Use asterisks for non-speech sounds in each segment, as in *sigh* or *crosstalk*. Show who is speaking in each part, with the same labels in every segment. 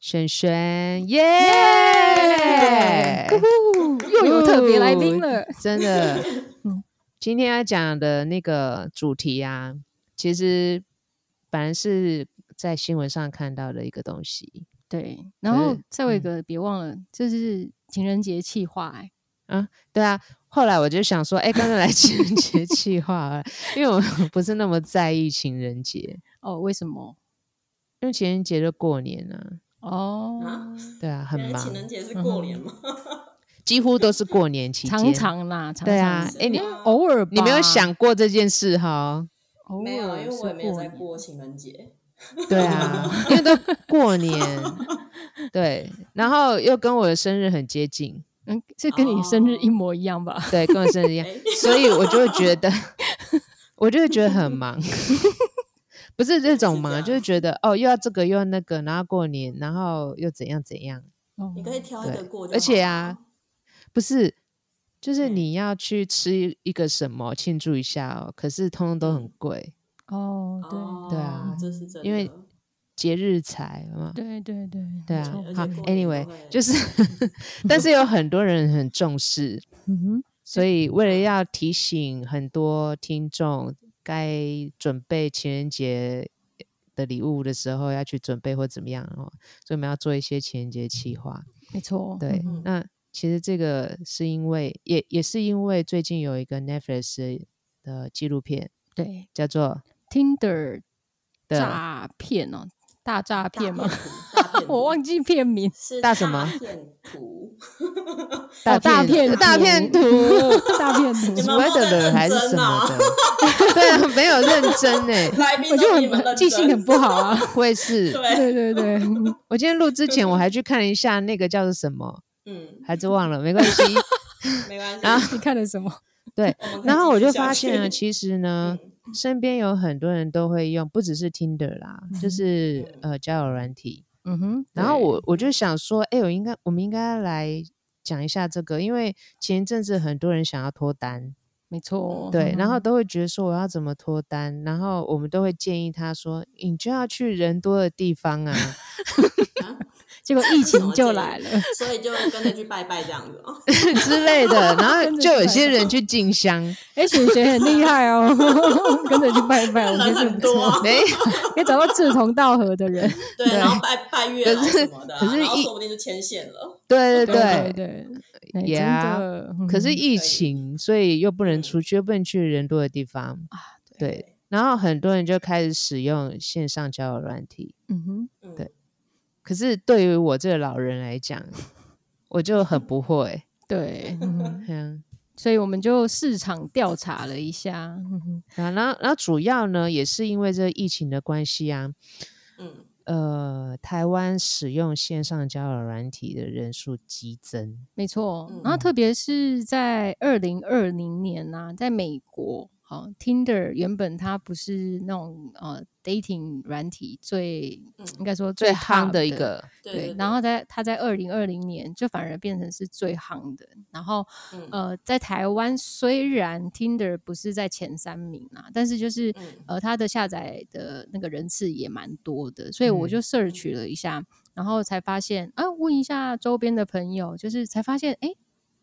Speaker 1: 璇璇，耶、
Speaker 2: 又有特别来宾了。
Speaker 1: 真的，今天要讲的那个主题啊，其实本来是在新闻上看到的一个东西
Speaker 2: 对，然后
Speaker 1: 是
Speaker 2: 再有一个，别忘了，这是情人节气话哎、
Speaker 1: 啊，对啊。后来我就想说，哎、刚才来情人节气话了， *laughs* 因为我不是那么在意情人节，
Speaker 2: 哦，为什么？
Speaker 1: 因为情人节就过年啊，
Speaker 2: 哦，
Speaker 3: 啊
Speaker 1: 对啊，很
Speaker 3: 原来
Speaker 1: 忙
Speaker 3: 情，人节是过年吗？
Speaker 1: 几乎都是过年期间。
Speaker 2: 常常啦，常常
Speaker 1: 对啊
Speaker 2: 是
Speaker 1: 哎你
Speaker 2: 因为偶尔吧
Speaker 1: 你没有，想过这件事哈？
Speaker 2: 偶尔
Speaker 3: *laughs* 没有，啊
Speaker 1: 啊
Speaker 3: 因为我也没有在
Speaker 2: 是过
Speaker 3: 过情人节。
Speaker 1: 对啊， *laughs* 因为都过年，对，然后又跟我的生日很接近，
Speaker 2: 年，嗯，这跟你生
Speaker 1: 哦
Speaker 2: 日一模一样吧？
Speaker 1: *laughs* 对，跟我生日 *laughs* 一样，
Speaker 3: 哎，
Speaker 1: 所以我就会觉得， *laughs* 我就会觉得很忙， *laughs* 不是这种忙，
Speaker 3: 是这样
Speaker 1: 就是觉得哦，又要这个又要那个，然后过年，然后又怎样怎样，
Speaker 2: 哦
Speaker 3: *laughs* 你可以挑一个过就好了
Speaker 1: 而且啊，，不是。就是
Speaker 3: 嗯
Speaker 1: 你要去吃一个什么庆祝一下哦，可是通通都很贵，
Speaker 2: 哦，
Speaker 3: 哦
Speaker 1: 对啊
Speaker 3: 这是真的，
Speaker 1: 因为节日财嘛。
Speaker 2: 对对对对
Speaker 1: 对
Speaker 2: 没
Speaker 1: 啊
Speaker 2: 错
Speaker 3: 而，且
Speaker 1: 好
Speaker 3: 过年
Speaker 1: ，anyway，
Speaker 3: 都会 *laughs*
Speaker 1: 就是，但是有很多人很重视，
Speaker 2: 嗯哼，
Speaker 1: 所以为了要提醒很多听众该准备情人节的礼物的时候要去准备或怎么样哦，所以我们要做一些情人节企划。
Speaker 2: 没错，
Speaker 1: 对，
Speaker 2: 嗯
Speaker 1: 那其实这个是因为也也是因为最近有一个 Netflix 的纪录片
Speaker 2: 对
Speaker 1: 叫
Speaker 3: 哦
Speaker 1: 做
Speaker 2: ，Tinder
Speaker 1: 的
Speaker 2: 诈骗哦，大诈骗吗？
Speaker 1: *laughs*
Speaker 3: 大片图
Speaker 2: *laughs* 我忘记片名，
Speaker 3: 是
Speaker 1: 大什 *laughs* 么
Speaker 3: 片
Speaker 1: *laughs*
Speaker 3: 图？
Speaker 2: 哦大片
Speaker 1: 大
Speaker 2: 图
Speaker 1: 片图 *laughs*
Speaker 2: 诈骗图
Speaker 3: 你们有没有在
Speaker 1: Sweater
Speaker 3: 认
Speaker 1: 还是什
Speaker 3: 真
Speaker 1: 么
Speaker 3: 啊
Speaker 1: 的， *laughs* 对啊，没有认真欸呢、
Speaker 3: 来宾
Speaker 2: 我
Speaker 3: 都
Speaker 2: 就
Speaker 3: 比你们认
Speaker 2: 很
Speaker 3: 真
Speaker 2: 记性很不好啊。
Speaker 1: 我也是。
Speaker 3: *laughs* 对，
Speaker 2: 对对对，
Speaker 1: 我今天录之前我还去看了一下那个叫做什么，
Speaker 3: 嗯，
Speaker 1: 还是忘了，
Speaker 3: *laughs*
Speaker 1: 没关系。
Speaker 3: 没关系。
Speaker 1: 然
Speaker 2: 你看了什么？
Speaker 1: 对，
Speaker 3: 们可以
Speaker 1: 然后我
Speaker 3: 继续
Speaker 1: 就
Speaker 3: 下
Speaker 1: 发现了，
Speaker 3: 去嗯
Speaker 1: 其实呢，身边有很多人都会用，不只是 Tinder 啦，
Speaker 3: 嗯
Speaker 1: 就是呃交友软体。
Speaker 2: 嗯哼，
Speaker 1: 然后我我就想说，哎、我应该我们应该来讲一下这个，因为前一阵子很多人想要脱单，
Speaker 2: 没
Speaker 3: 嗯
Speaker 2: 错，
Speaker 1: 对，然后都会觉得说我要怎么脱单，然后我们都会建议他说，你就要去人多的地方
Speaker 3: *laughs*
Speaker 1: 啊。
Speaker 2: 结果疫情就来了，
Speaker 3: *laughs* 所以就跟着去拜拜这样子哦。
Speaker 1: 之类的，然后
Speaker 2: 真的
Speaker 1: 就有
Speaker 2: 是
Speaker 1: 些人去进香，
Speaker 2: *laughs* 哎，雪雪很厉害哦， *laughs* 跟着去拜拜，我觉
Speaker 3: 人
Speaker 2: 得
Speaker 3: 很
Speaker 2: 不
Speaker 3: 多
Speaker 2: 错，
Speaker 3: 啊，
Speaker 1: 没有，
Speaker 2: 可以找到志同道合的人。
Speaker 3: 对，然后拜拜月老
Speaker 1: 可是
Speaker 3: 什么的啊，
Speaker 1: 可是
Speaker 3: 然后
Speaker 1: 一
Speaker 3: 说不定就牵线了。
Speaker 2: 对
Speaker 1: 对 *laughs* 对对。
Speaker 2: 对，哎
Speaker 1: 也
Speaker 2: 真
Speaker 1: 啊
Speaker 2: 的。
Speaker 1: 可是
Speaker 2: 嗯
Speaker 1: 疫
Speaker 3: 可以
Speaker 1: 情，所以又不能
Speaker 3: 嗯
Speaker 1: 出去，又不能去人多的地方，
Speaker 2: 啊，对，
Speaker 1: 对。然后很多人就开始使用线上交友软体，
Speaker 2: 嗯哼，
Speaker 3: 嗯，
Speaker 1: 对可是对于我这个老人来讲，我就很不会。
Speaker 2: 对，嗯
Speaker 1: *laughs*
Speaker 2: 哼
Speaker 1: 嗯，
Speaker 2: 所以我们就市场调查了一下，嗯哼
Speaker 1: 啊，然后然后主要呢，也是因为这个疫情的关系啊，
Speaker 3: 嗯，
Speaker 1: 呃，台湾使用线上交友软体的人数激增，
Speaker 2: 没错
Speaker 3: 嗯。
Speaker 2: 然后特别是在二零二零年呐、在美国，好、Tinder 原本它不是那种呃 dating 软体最、
Speaker 3: 嗯
Speaker 2: 应该说
Speaker 1: 最
Speaker 2: top
Speaker 1: 夯的一个，
Speaker 3: 对
Speaker 2: 对，
Speaker 3: 对，
Speaker 2: 然后在它在二零二零年就反而变成是最夯的。然后、
Speaker 3: 嗯
Speaker 2: 呃，在台湾虽然 Tinder 不是在前三名啊，但是就是、
Speaker 3: 嗯
Speaker 2: 呃它的下载的那个人次也蛮多的，所以我
Speaker 3: 嗯
Speaker 2: 就 search 了一下，然后才发现啊，问一下周边的朋友，就是才发现哎，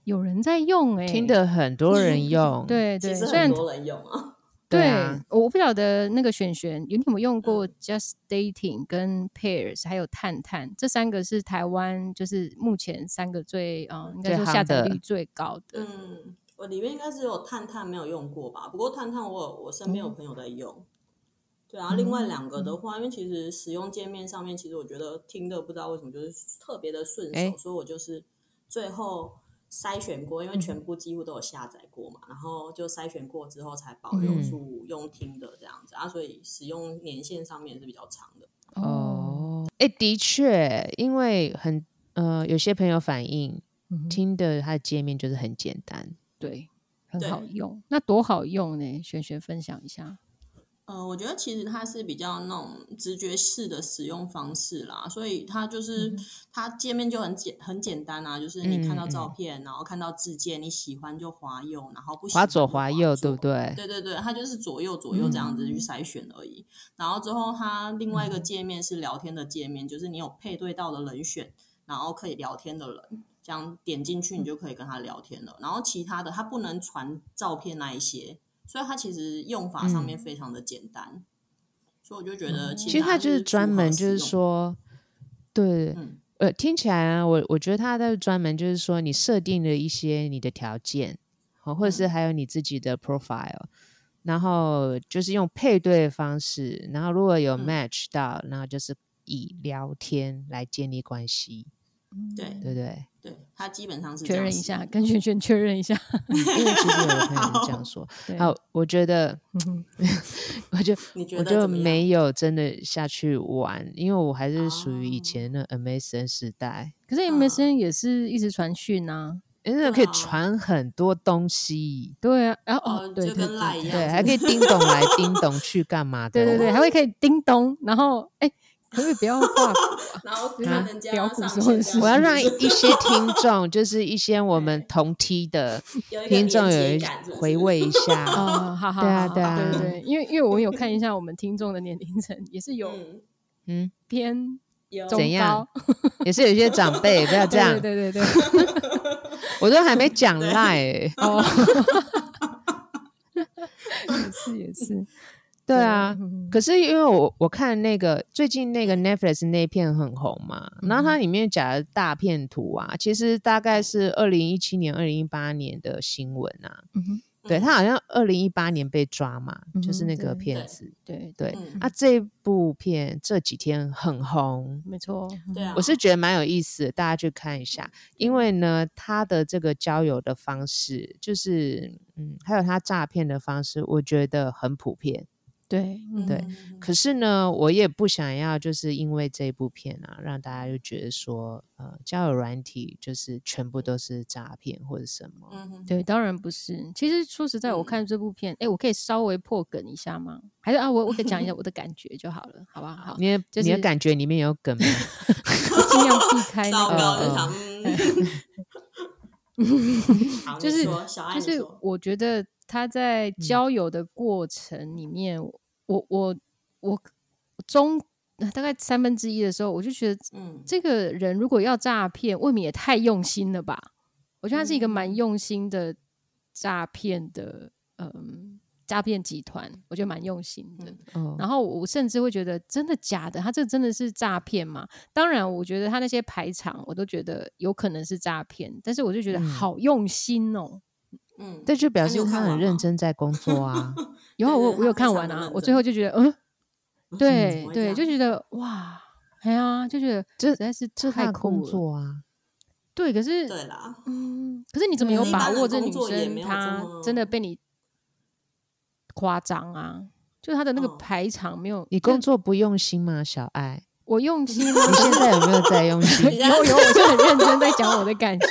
Speaker 2: 有人在用哎、
Speaker 1: 听得很多人用，
Speaker 2: 对
Speaker 3: 其
Speaker 2: 对，
Speaker 3: 实
Speaker 2: 虽然
Speaker 3: 很多人用啊，嗯
Speaker 1: 对
Speaker 2: 对
Speaker 1: 啊，
Speaker 2: 我不晓得那个璇璇，有你有没有用过 Just Dating 跟 Pairs 还有探探这三个是台湾就是目前三个最啊、呃应该
Speaker 1: 最
Speaker 2: 说
Speaker 1: 夯
Speaker 2: 下载
Speaker 1: 的
Speaker 2: 率最高的。
Speaker 3: 嗯，我里面应该只有探探没有用过吧？不过探探我有我身边有
Speaker 1: 嗯
Speaker 3: 朋友在用。对啊，另外两个的话，因为其实使用界面上面，其实我觉得听的不知道为什么就是特别的顺手，
Speaker 1: 哎
Speaker 3: 所以我就是最后筛选过，因
Speaker 1: 嗯
Speaker 3: 为全部几乎都有下载过嘛，然后就筛选过之后才保留
Speaker 1: 嗯
Speaker 3: 住用听的这样子、啊，所以使用年限上面是比较长的。
Speaker 1: 哦，哎、的确，因为很呃，有些朋友反映
Speaker 2: 嗯哼
Speaker 1: 听的它的界面就是很简单，
Speaker 2: 对，很
Speaker 3: 对
Speaker 2: 好用。那多好用呢？璇璇分享一下。
Speaker 3: 呃，我觉得其实它是比较那种直觉式的使用方式啦，所以它
Speaker 1: 嗯
Speaker 3: 就是、它界面就很简很简单啊，就是你
Speaker 1: 嗯
Speaker 3: 看到照片，然后看到字键，你喜欢就滑右，然后不喜
Speaker 1: 滑
Speaker 3: 欢
Speaker 1: 左
Speaker 3: 就
Speaker 1: 滑右，对不
Speaker 3: 左？
Speaker 1: 对？
Speaker 3: 对对对，它就是左右左右这样子
Speaker 1: 嗯
Speaker 3: 去筛选而已。然后之后它另外一个界面是聊天的界面，就是你有配对到的人选，然后可以聊天的人，这样点进去你就可以跟他聊天了。然后其他的它不能传照片那一些，所以它其实用法上面非常的简单。所以我就觉
Speaker 1: 嗯
Speaker 3: 得
Speaker 1: 哦其实
Speaker 3: 它
Speaker 1: 它就是专门就是
Speaker 3: 符合
Speaker 1: 说，对
Speaker 3: 使用，的，嗯，
Speaker 1: 呃，听起来啊，我我觉得它的专门就是说，你设定了一些你的条件，哦，或者
Speaker 3: 嗯
Speaker 1: 是还有你自己的 profile，然后就是用配对的方式，然后如果有
Speaker 3: 嗯
Speaker 1: match 到，然后就是以聊天来建立关系，
Speaker 3: 对
Speaker 1: 对不对？
Speaker 3: 对，它基本上是
Speaker 2: 嗯
Speaker 3: 这
Speaker 2: 确
Speaker 3: 样
Speaker 2: 认一
Speaker 3: 子
Speaker 2: 下，跟璇璇确认一
Speaker 3: *laughs*
Speaker 2: 下。
Speaker 1: 因为其实有的朋友这样说，
Speaker 2: 对，
Speaker 1: 好，我觉得， *laughs* 我就
Speaker 3: 嗯 *laughs* 你觉
Speaker 1: 我
Speaker 3: 得怎
Speaker 1: 就
Speaker 3: 么样
Speaker 1: 没有真的下去玩，因为我还是属于以
Speaker 3: 哦
Speaker 1: 前那 MSN 时代，
Speaker 2: 可是 MSN 也是一直传讯啊。
Speaker 1: 因为可以
Speaker 3: 啊
Speaker 1: 传很多东西。
Speaker 2: 对啊，然后
Speaker 3: 哦
Speaker 2: 哦，对
Speaker 3: 就
Speaker 2: 对
Speaker 3: 跟赖一
Speaker 2: 对
Speaker 3: 样
Speaker 1: 对，
Speaker 3: 是
Speaker 1: 还
Speaker 3: 不
Speaker 1: 可以叮咚来叮咚去干嘛的？
Speaker 2: 对
Speaker 1: 哦
Speaker 2: 对对，
Speaker 1: 我
Speaker 2: 还会可以叮咚，然后哎，可不可以不要
Speaker 3: *laughs*
Speaker 2: 画符啊？
Speaker 3: 然后
Speaker 2: 就是
Speaker 3: 看人家
Speaker 2: 标
Speaker 3: 上
Speaker 2: 股
Speaker 3: 线
Speaker 2: 所有的
Speaker 3: 这
Speaker 2: 事
Speaker 3: 样
Speaker 1: 我要
Speaker 3: 子
Speaker 1: 让
Speaker 3: *laughs*
Speaker 1: 一些听众，就是一些我们
Speaker 3: 对
Speaker 1: 同梯的
Speaker 3: 有一个
Speaker 1: 听众有
Speaker 3: 连
Speaker 1: 一
Speaker 3: 接感是不是
Speaker 1: 回味一
Speaker 3: *laughs*
Speaker 1: 下。
Speaker 2: 哦，好好，
Speaker 1: 对啊
Speaker 2: 好
Speaker 1: 对啊
Speaker 2: 对对，因为因为我有看一下我们听众的年龄层，也是有
Speaker 3: 嗯，
Speaker 1: 嗯，
Speaker 2: 偏
Speaker 3: 有
Speaker 2: 中
Speaker 1: 怎样
Speaker 2: 高，
Speaker 1: 也是有一些长辈，
Speaker 3: *laughs*
Speaker 1: 不要啊这样
Speaker 2: 对，对对对对，
Speaker 1: 我都还没讲赖欸。
Speaker 3: *laughs*
Speaker 2: 哦，也是也是，
Speaker 1: 对啊，
Speaker 2: 嗯
Speaker 1: 可是因为我我看那个最近那个 Netflix 那片很红嘛，然
Speaker 2: 嗯
Speaker 1: 后它里面讲的大片图啊，其实大概是二零一七年、二零一八年的新闻啊。
Speaker 2: 嗯哼
Speaker 1: 对
Speaker 3: 嗯
Speaker 1: 他好像二零一八年被抓嘛，就是
Speaker 2: 嗯哼
Speaker 1: 那个
Speaker 2: 对
Speaker 1: 骗
Speaker 3: 对
Speaker 1: 子。
Speaker 2: 对，
Speaker 1: 对
Speaker 3: 嗯
Speaker 1: 啊，这部片这几天很红，
Speaker 2: 没错，嗯
Speaker 3: 对啊，
Speaker 1: 我是觉得蛮有意思的，大家去看一下。因为呢，他的这个交友的方式，就是嗯，还有他诈骗的方式，我觉得很普遍。
Speaker 2: 对，嗯
Speaker 1: 对
Speaker 3: 嗯
Speaker 1: 可是呢，我也不想要，就是因为这部片啊，让大家就觉得说，呃，交友软体就是全部都是诈骗或者什么。
Speaker 3: 嗯哼，
Speaker 2: 对，当然不是。其实说实在，我
Speaker 3: 嗯
Speaker 2: 看这部片，哎、我可以稍微破梗一下吗？还是啊，我我可以讲一下我的感觉就好了，好不好？好，
Speaker 3: 嗯
Speaker 1: 你的、
Speaker 2: 就
Speaker 1: 你的
Speaker 2: 是
Speaker 1: 感觉里面有梗
Speaker 3: *laughs*
Speaker 1: 吗？
Speaker 2: 尽量避开
Speaker 3: 糟
Speaker 2: 那
Speaker 3: 糕，
Speaker 2: 个。
Speaker 1: 呃
Speaker 3: 就
Speaker 2: *laughs*
Speaker 3: 想，嗯好
Speaker 2: 就
Speaker 3: 你
Speaker 2: 是
Speaker 3: 说小
Speaker 2: 就
Speaker 3: 爱你
Speaker 2: 是
Speaker 3: 说嗯
Speaker 2: 我觉得他在交友的过程里面，我我我中呃大概三分之一的时候，我就觉得
Speaker 3: 嗯
Speaker 2: 这个人如果要诈骗，未免也太用心了吧？我觉得他是一个蛮
Speaker 3: 嗯
Speaker 2: 用心的诈骗的，嗯，诈骗集团，我觉得蛮用心的。
Speaker 3: 嗯
Speaker 1: 哦，
Speaker 2: 然后我甚至会觉得，真的假的？他这真的是诈骗吗？当然，我觉得他那些排场，我都觉得有可能是诈骗，但是我就觉得
Speaker 1: 嗯
Speaker 2: 好用心哦。
Speaker 3: 嗯，
Speaker 1: 这就表
Speaker 3: 那你
Speaker 1: 示
Speaker 3: 有
Speaker 1: 他
Speaker 3: 看完
Speaker 1: 很认
Speaker 3: 吗
Speaker 1: 真在工作
Speaker 3: *laughs*
Speaker 1: 啊。
Speaker 2: 然后
Speaker 3: 对
Speaker 2: 我
Speaker 3: 对
Speaker 2: 我有
Speaker 3: 他非
Speaker 2: 看
Speaker 3: 常
Speaker 2: 完
Speaker 3: 的
Speaker 2: 啊
Speaker 3: 认，
Speaker 2: 我
Speaker 3: 真
Speaker 2: 最后就觉得，嗯，对
Speaker 3: 怎么会这
Speaker 2: 对，
Speaker 3: 样
Speaker 2: 就觉得哇，哎呀，就觉得
Speaker 1: 这
Speaker 2: 实在是
Speaker 1: 这是他
Speaker 2: 太
Speaker 1: 的工
Speaker 2: 酷了。
Speaker 1: 作啊。
Speaker 2: 对，可是
Speaker 3: 对啦，
Speaker 2: 嗯，可是你怎么有
Speaker 3: 嗯一
Speaker 2: 把
Speaker 3: 般的
Speaker 2: 握这
Speaker 3: 工
Speaker 2: 女
Speaker 3: 作也
Speaker 2: 生
Speaker 3: 没有
Speaker 2: 她
Speaker 3: 这么
Speaker 2: 真的被你夸张啊？就她的那个
Speaker 3: 嗯
Speaker 2: 排场没有，
Speaker 1: 你
Speaker 2: 就
Speaker 1: 工作不用心吗，小爱？
Speaker 2: 我用心啊，
Speaker 1: 你现在有没有在
Speaker 3: *laughs*
Speaker 1: 用心？
Speaker 3: 你
Speaker 2: 有有，我就很认
Speaker 3: *laughs*
Speaker 2: 真在讲我的感觉。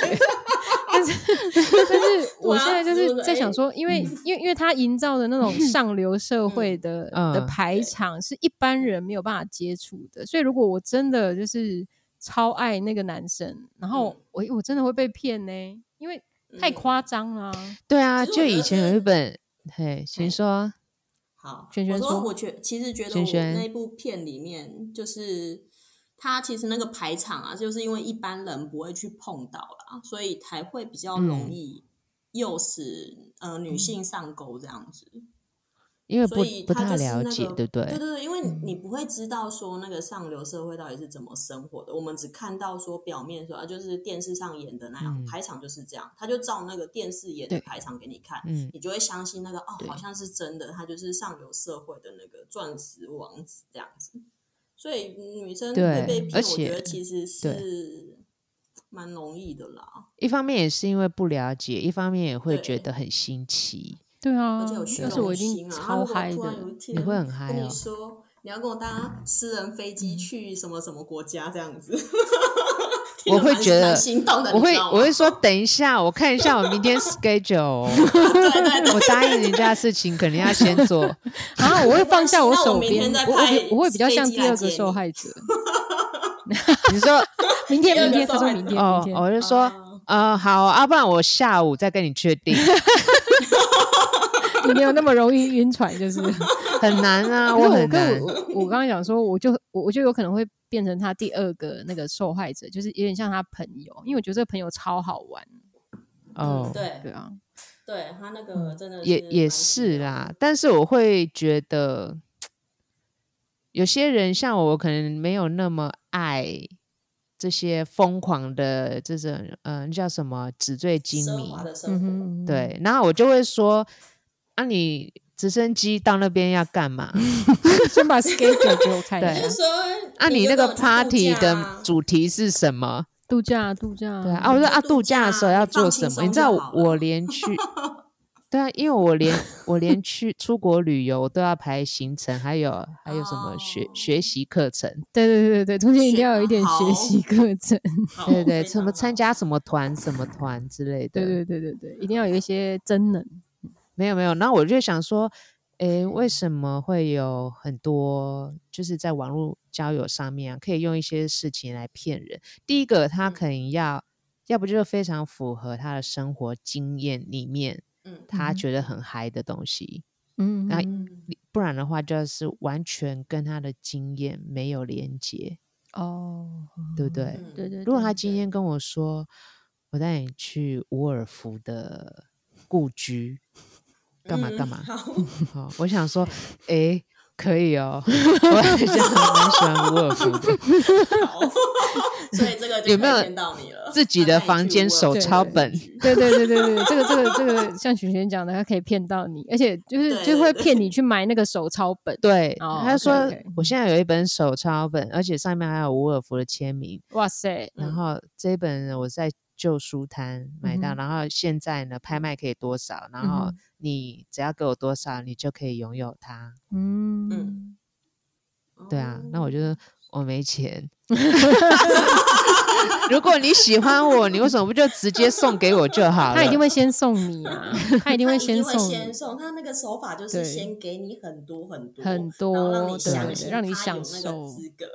Speaker 2: 但是，但是我现在就
Speaker 3: 哇
Speaker 2: 是
Speaker 3: 是哎嗯
Speaker 2: 在想说，因为因为因为他营造的那种上流社会的
Speaker 1: 嗯
Speaker 2: 的排场是一般
Speaker 3: 嗯
Speaker 2: 人没有办法接触的，所以如果我真的就是超爱那个男生，然后
Speaker 3: 嗯
Speaker 2: 我我真的会被骗呢，因为太
Speaker 3: 嗯
Speaker 2: 夸张啦。
Speaker 1: 对啊，
Speaker 3: 其实
Speaker 1: 就
Speaker 3: 我觉
Speaker 1: 以
Speaker 3: 得
Speaker 1: 前有一本，嘿，请
Speaker 3: 嘿
Speaker 1: 说。
Speaker 3: 好，
Speaker 2: 轩轩
Speaker 3: 我
Speaker 2: 说
Speaker 3: 说，我觉其实觉得
Speaker 1: 轩轩
Speaker 3: 我那部片里面就是。他其实那个排场啊，就是因为一般人不会去碰到啦，所以才会比较容
Speaker 1: 嗯
Speaker 3: 易诱使、呃女
Speaker 2: 嗯
Speaker 3: 性上钩这样子。
Speaker 1: 因为
Speaker 3: 所
Speaker 1: 呃不
Speaker 3: 以
Speaker 1: 不
Speaker 3: 他
Speaker 1: 太
Speaker 3: 就是
Speaker 1: 了
Speaker 3: 那
Speaker 1: 解，
Speaker 3: 个，
Speaker 1: 对不对嗯
Speaker 3: 对？对对，因为你不会知道说那个上流社会到底是怎么生活的，我们只看到说表面说啊，就是电视上演的那样，
Speaker 1: 嗯
Speaker 3: 排场就是这样，他就照那个电视演的
Speaker 2: 对
Speaker 3: 排场给你看，
Speaker 1: 嗯，
Speaker 3: 你就会相信那个哦
Speaker 2: 对，
Speaker 3: 好像是真的，他就是上流社会的那个钻石王子这样子。所以女生
Speaker 1: 对
Speaker 3: 会被骗，
Speaker 1: 而
Speaker 3: 我觉
Speaker 1: 且
Speaker 3: 得其实
Speaker 1: 对
Speaker 3: 是蛮容易的啦，
Speaker 1: 一方面也是因为不了解，一方面也会觉
Speaker 3: 对
Speaker 1: 得很新奇。
Speaker 2: 对啊
Speaker 3: 而且有，虚
Speaker 1: 嗯
Speaker 2: 要是我
Speaker 3: 荣
Speaker 2: 一定
Speaker 3: 心啊。他
Speaker 2: 超
Speaker 3: 如果
Speaker 2: 嗨
Speaker 3: 突然
Speaker 2: 的
Speaker 3: 有一天
Speaker 1: 你会很嗨
Speaker 3: 跟
Speaker 1: 哦嗯
Speaker 3: 你说，你要跟我搭私人飞机去什么什么国家这样子，
Speaker 1: 我会觉得
Speaker 3: 蛮心动的，
Speaker 1: 我
Speaker 3: 你
Speaker 1: 会
Speaker 3: 知道吗 *laughs*
Speaker 1: 我会说等一下，我看一下我明天 schedule，哦
Speaker 3: 对对对
Speaker 1: 我答应人家的事情肯定要先做。
Speaker 2: 啊，
Speaker 3: *laughs*
Speaker 2: 我会放下
Speaker 3: 那我
Speaker 2: 手
Speaker 3: 明天
Speaker 2: 边，
Speaker 3: 再
Speaker 2: 我我
Speaker 3: 派
Speaker 2: 比我会比较
Speaker 3: 飞
Speaker 2: 像
Speaker 3: 机
Speaker 2: 第
Speaker 3: 来
Speaker 2: 二
Speaker 3: 接
Speaker 2: 个受
Speaker 3: 你
Speaker 2: 害者。 *laughs*
Speaker 1: 你说
Speaker 2: 明天，
Speaker 3: 第二
Speaker 2: 明
Speaker 3: 个
Speaker 2: 天，他
Speaker 3: 受
Speaker 2: 说
Speaker 3: 害
Speaker 2: 明
Speaker 3: 者
Speaker 2: 天，
Speaker 1: 哦
Speaker 2: 明，天。
Speaker 1: 我就说
Speaker 3: 啊
Speaker 1: 呃好，啊不然我下午再跟你确定，
Speaker 2: 你没有那么容易晕船，就是。
Speaker 1: 很难
Speaker 2: *laughs*
Speaker 1: 啊，
Speaker 2: 可是
Speaker 1: 很难
Speaker 2: 跟。我我我刚刚讲说，我就我我就有可能会变成他第二个那个受害者，就是有点像他朋友，因为我觉得这个朋友超好玩，
Speaker 1: 哦，嗯
Speaker 3: 对
Speaker 2: 对啊，
Speaker 3: 对，他那个真的
Speaker 1: 也也
Speaker 3: 蛮
Speaker 1: 是
Speaker 3: 奇妙
Speaker 1: 啦，但是我会觉得，有些人像我，我可能没有那么爱这些疯狂的这种，嗯、叫什么纸醉金
Speaker 3: 奢
Speaker 1: 迷
Speaker 3: 华，的
Speaker 2: 嗯
Speaker 3: 生活。
Speaker 2: 哼，
Speaker 1: 对。然后我就会说，啊，你直升机到那边要干嘛？
Speaker 2: 嗯，先把 schedule 给我看一
Speaker 1: 对
Speaker 3: 就是
Speaker 2: 下，
Speaker 3: 说，
Speaker 1: 啊，你
Speaker 3: 就
Speaker 1: 那
Speaker 3: 跟
Speaker 1: 个
Speaker 3: 我去度
Speaker 1: party
Speaker 3: 假
Speaker 1: 的
Speaker 3: 啊
Speaker 1: 主题是什么？
Speaker 2: 度假度假，
Speaker 1: 对啊，啊我说
Speaker 3: 就
Speaker 1: 啊，
Speaker 3: 度
Speaker 1: 度假的
Speaker 3: 假
Speaker 1: 时候要
Speaker 3: 你
Speaker 1: 做
Speaker 3: 放轻
Speaker 1: 什么？你
Speaker 3: 松
Speaker 1: 知道
Speaker 3: 就
Speaker 1: 我
Speaker 3: 好
Speaker 1: 我
Speaker 3: 了
Speaker 1: 连
Speaker 3: *laughs*
Speaker 1: 去，对啊，因为我连我连去出国旅游都要排行程，还有还有什么学、
Speaker 3: 哦
Speaker 1: 学习课程，
Speaker 2: 对对对对，中间一定要有一点
Speaker 3: 好
Speaker 2: 学习课程，
Speaker 3: 好
Speaker 1: 对对
Speaker 3: 非
Speaker 1: 对，什么
Speaker 3: 常
Speaker 1: 参
Speaker 3: 好
Speaker 1: 加什么团什么团之类的，
Speaker 2: 对对对对对，一定要有一些真能，
Speaker 1: 没有没有。然后我就想说，诶，为什么会有很多就是在网络交友上面啊，可以用一些事情来骗人？第一个，他
Speaker 3: 嗯
Speaker 1: 可能要，要不就是非常符合他的生活经验里面。
Speaker 3: 嗯
Speaker 1: 他
Speaker 2: 嗯
Speaker 1: 觉得很嗨的东西，
Speaker 2: 嗯，
Speaker 1: 那
Speaker 2: 嗯
Speaker 3: 嗯
Speaker 1: 不然的话就是完全跟他的经验没有连接，
Speaker 2: 哦，
Speaker 1: 对不对？
Speaker 3: 嗯
Speaker 2: 对对，
Speaker 1: 如果
Speaker 2: 对
Speaker 1: 他今天跟我说，我带你去伍尔夫的故居，干嘛
Speaker 3: 嗯
Speaker 1: 干嘛？
Speaker 3: 好，
Speaker 1: 好、我想说，诶，可以哦， *laughs* 我好像蛮喜欢伍尔夫
Speaker 2: *laughs*
Speaker 1: 的，
Speaker 3: 好所以这个就
Speaker 1: 有没
Speaker 3: 可以
Speaker 1: 有
Speaker 3: 骗到你了？
Speaker 1: 自己的房间手抄本，
Speaker 2: 对对对对对，这个这个这个，像璇璇讲的，他可以骗到你，而且就是
Speaker 3: 对
Speaker 2: 就
Speaker 3: 对
Speaker 2: 会
Speaker 3: 对
Speaker 2: 骗你去买那个手抄本。
Speaker 1: 对，
Speaker 2: 哦
Speaker 1: 他就说
Speaker 2: OK，OK
Speaker 1: 我现在有一本手抄本，而且上面还有伍尔夫的签名，
Speaker 2: 哇塞，
Speaker 1: 然
Speaker 3: 嗯
Speaker 1: 后这一本我在旧书摊买
Speaker 2: 嗯
Speaker 1: 到，
Speaker 2: 哼
Speaker 1: 然后现在呢拍卖可以多少，然
Speaker 2: 嗯
Speaker 1: 后
Speaker 2: 哼
Speaker 1: 你只要给我多少，你就可以拥有它。
Speaker 2: 嗯
Speaker 3: 嗯，
Speaker 1: 对啊，那我
Speaker 3: 就
Speaker 1: 就
Speaker 2: 哦
Speaker 1: 说我没钱。 *laughs* 如果你喜欢我，你为什么不就直接送给我就好了？
Speaker 2: 他一定会先送你 *laughs* 啊，他一定
Speaker 3: 他
Speaker 2: 会
Speaker 3: 一定
Speaker 2: 先
Speaker 3: 会
Speaker 2: 送
Speaker 3: 先
Speaker 2: 你，
Speaker 3: 送，他那个手法就是
Speaker 2: 对
Speaker 3: 先给你很多很多
Speaker 2: 很
Speaker 3: 然后让
Speaker 2: 多
Speaker 3: 你
Speaker 2: 对
Speaker 3: 相信
Speaker 2: 让你
Speaker 3: 他有
Speaker 2: 享
Speaker 3: 那个
Speaker 2: 受
Speaker 3: 资格，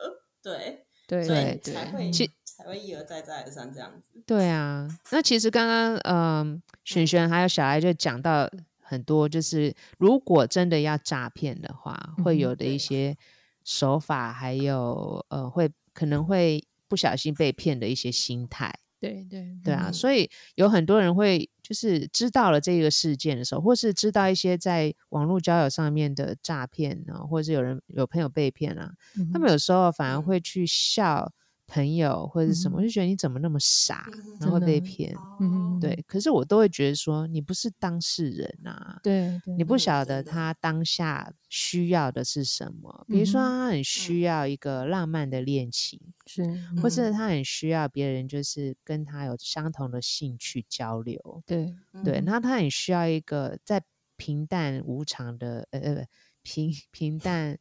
Speaker 3: 对，
Speaker 2: 对
Speaker 3: 所以
Speaker 2: 对
Speaker 3: 你才会
Speaker 1: 其
Speaker 3: 才会一而再再而三这样子。
Speaker 1: 对啊，那其实刚刚嗯，璇璇还有小爱就讲到很多，就是如果真的要诈骗的话，会
Speaker 2: 嗯
Speaker 1: 有的一
Speaker 3: 对
Speaker 1: 些手法，还有呃，会可能会不小心被骗的一些心态，
Speaker 2: 对对
Speaker 1: 对啊，
Speaker 3: 嗯
Speaker 1: 所以有很多人会就是知道了这个事件的时候，或是知道一些在网络交友上面的诈骗啊，或是有人有朋友被骗啊，他们有时候反而
Speaker 3: 嗯
Speaker 1: 会去笑朋友或者什么，
Speaker 2: 嗯
Speaker 1: 就觉得你怎么那么傻，
Speaker 3: 嗯
Speaker 1: 然后
Speaker 2: 真
Speaker 1: 被
Speaker 2: 的
Speaker 1: 骗。
Speaker 2: 嗯嗯嗯
Speaker 1: 对，可是我都会觉得说，你不是当事人啊，
Speaker 2: 对对，
Speaker 1: 你不
Speaker 3: 嗯
Speaker 1: 晓得
Speaker 3: 真的
Speaker 1: 他当下需要的是什么。比如说，
Speaker 2: 嗯哼
Speaker 1: 他很需要一个浪漫的恋情，
Speaker 2: 是
Speaker 1: 或
Speaker 3: 嗯
Speaker 1: 是他很需要别人就是跟他有相同的兴趣交流。
Speaker 2: 对
Speaker 1: 对，
Speaker 3: 嗯
Speaker 1: 那他很需要一个在平淡无常的，呃呃，平平淡，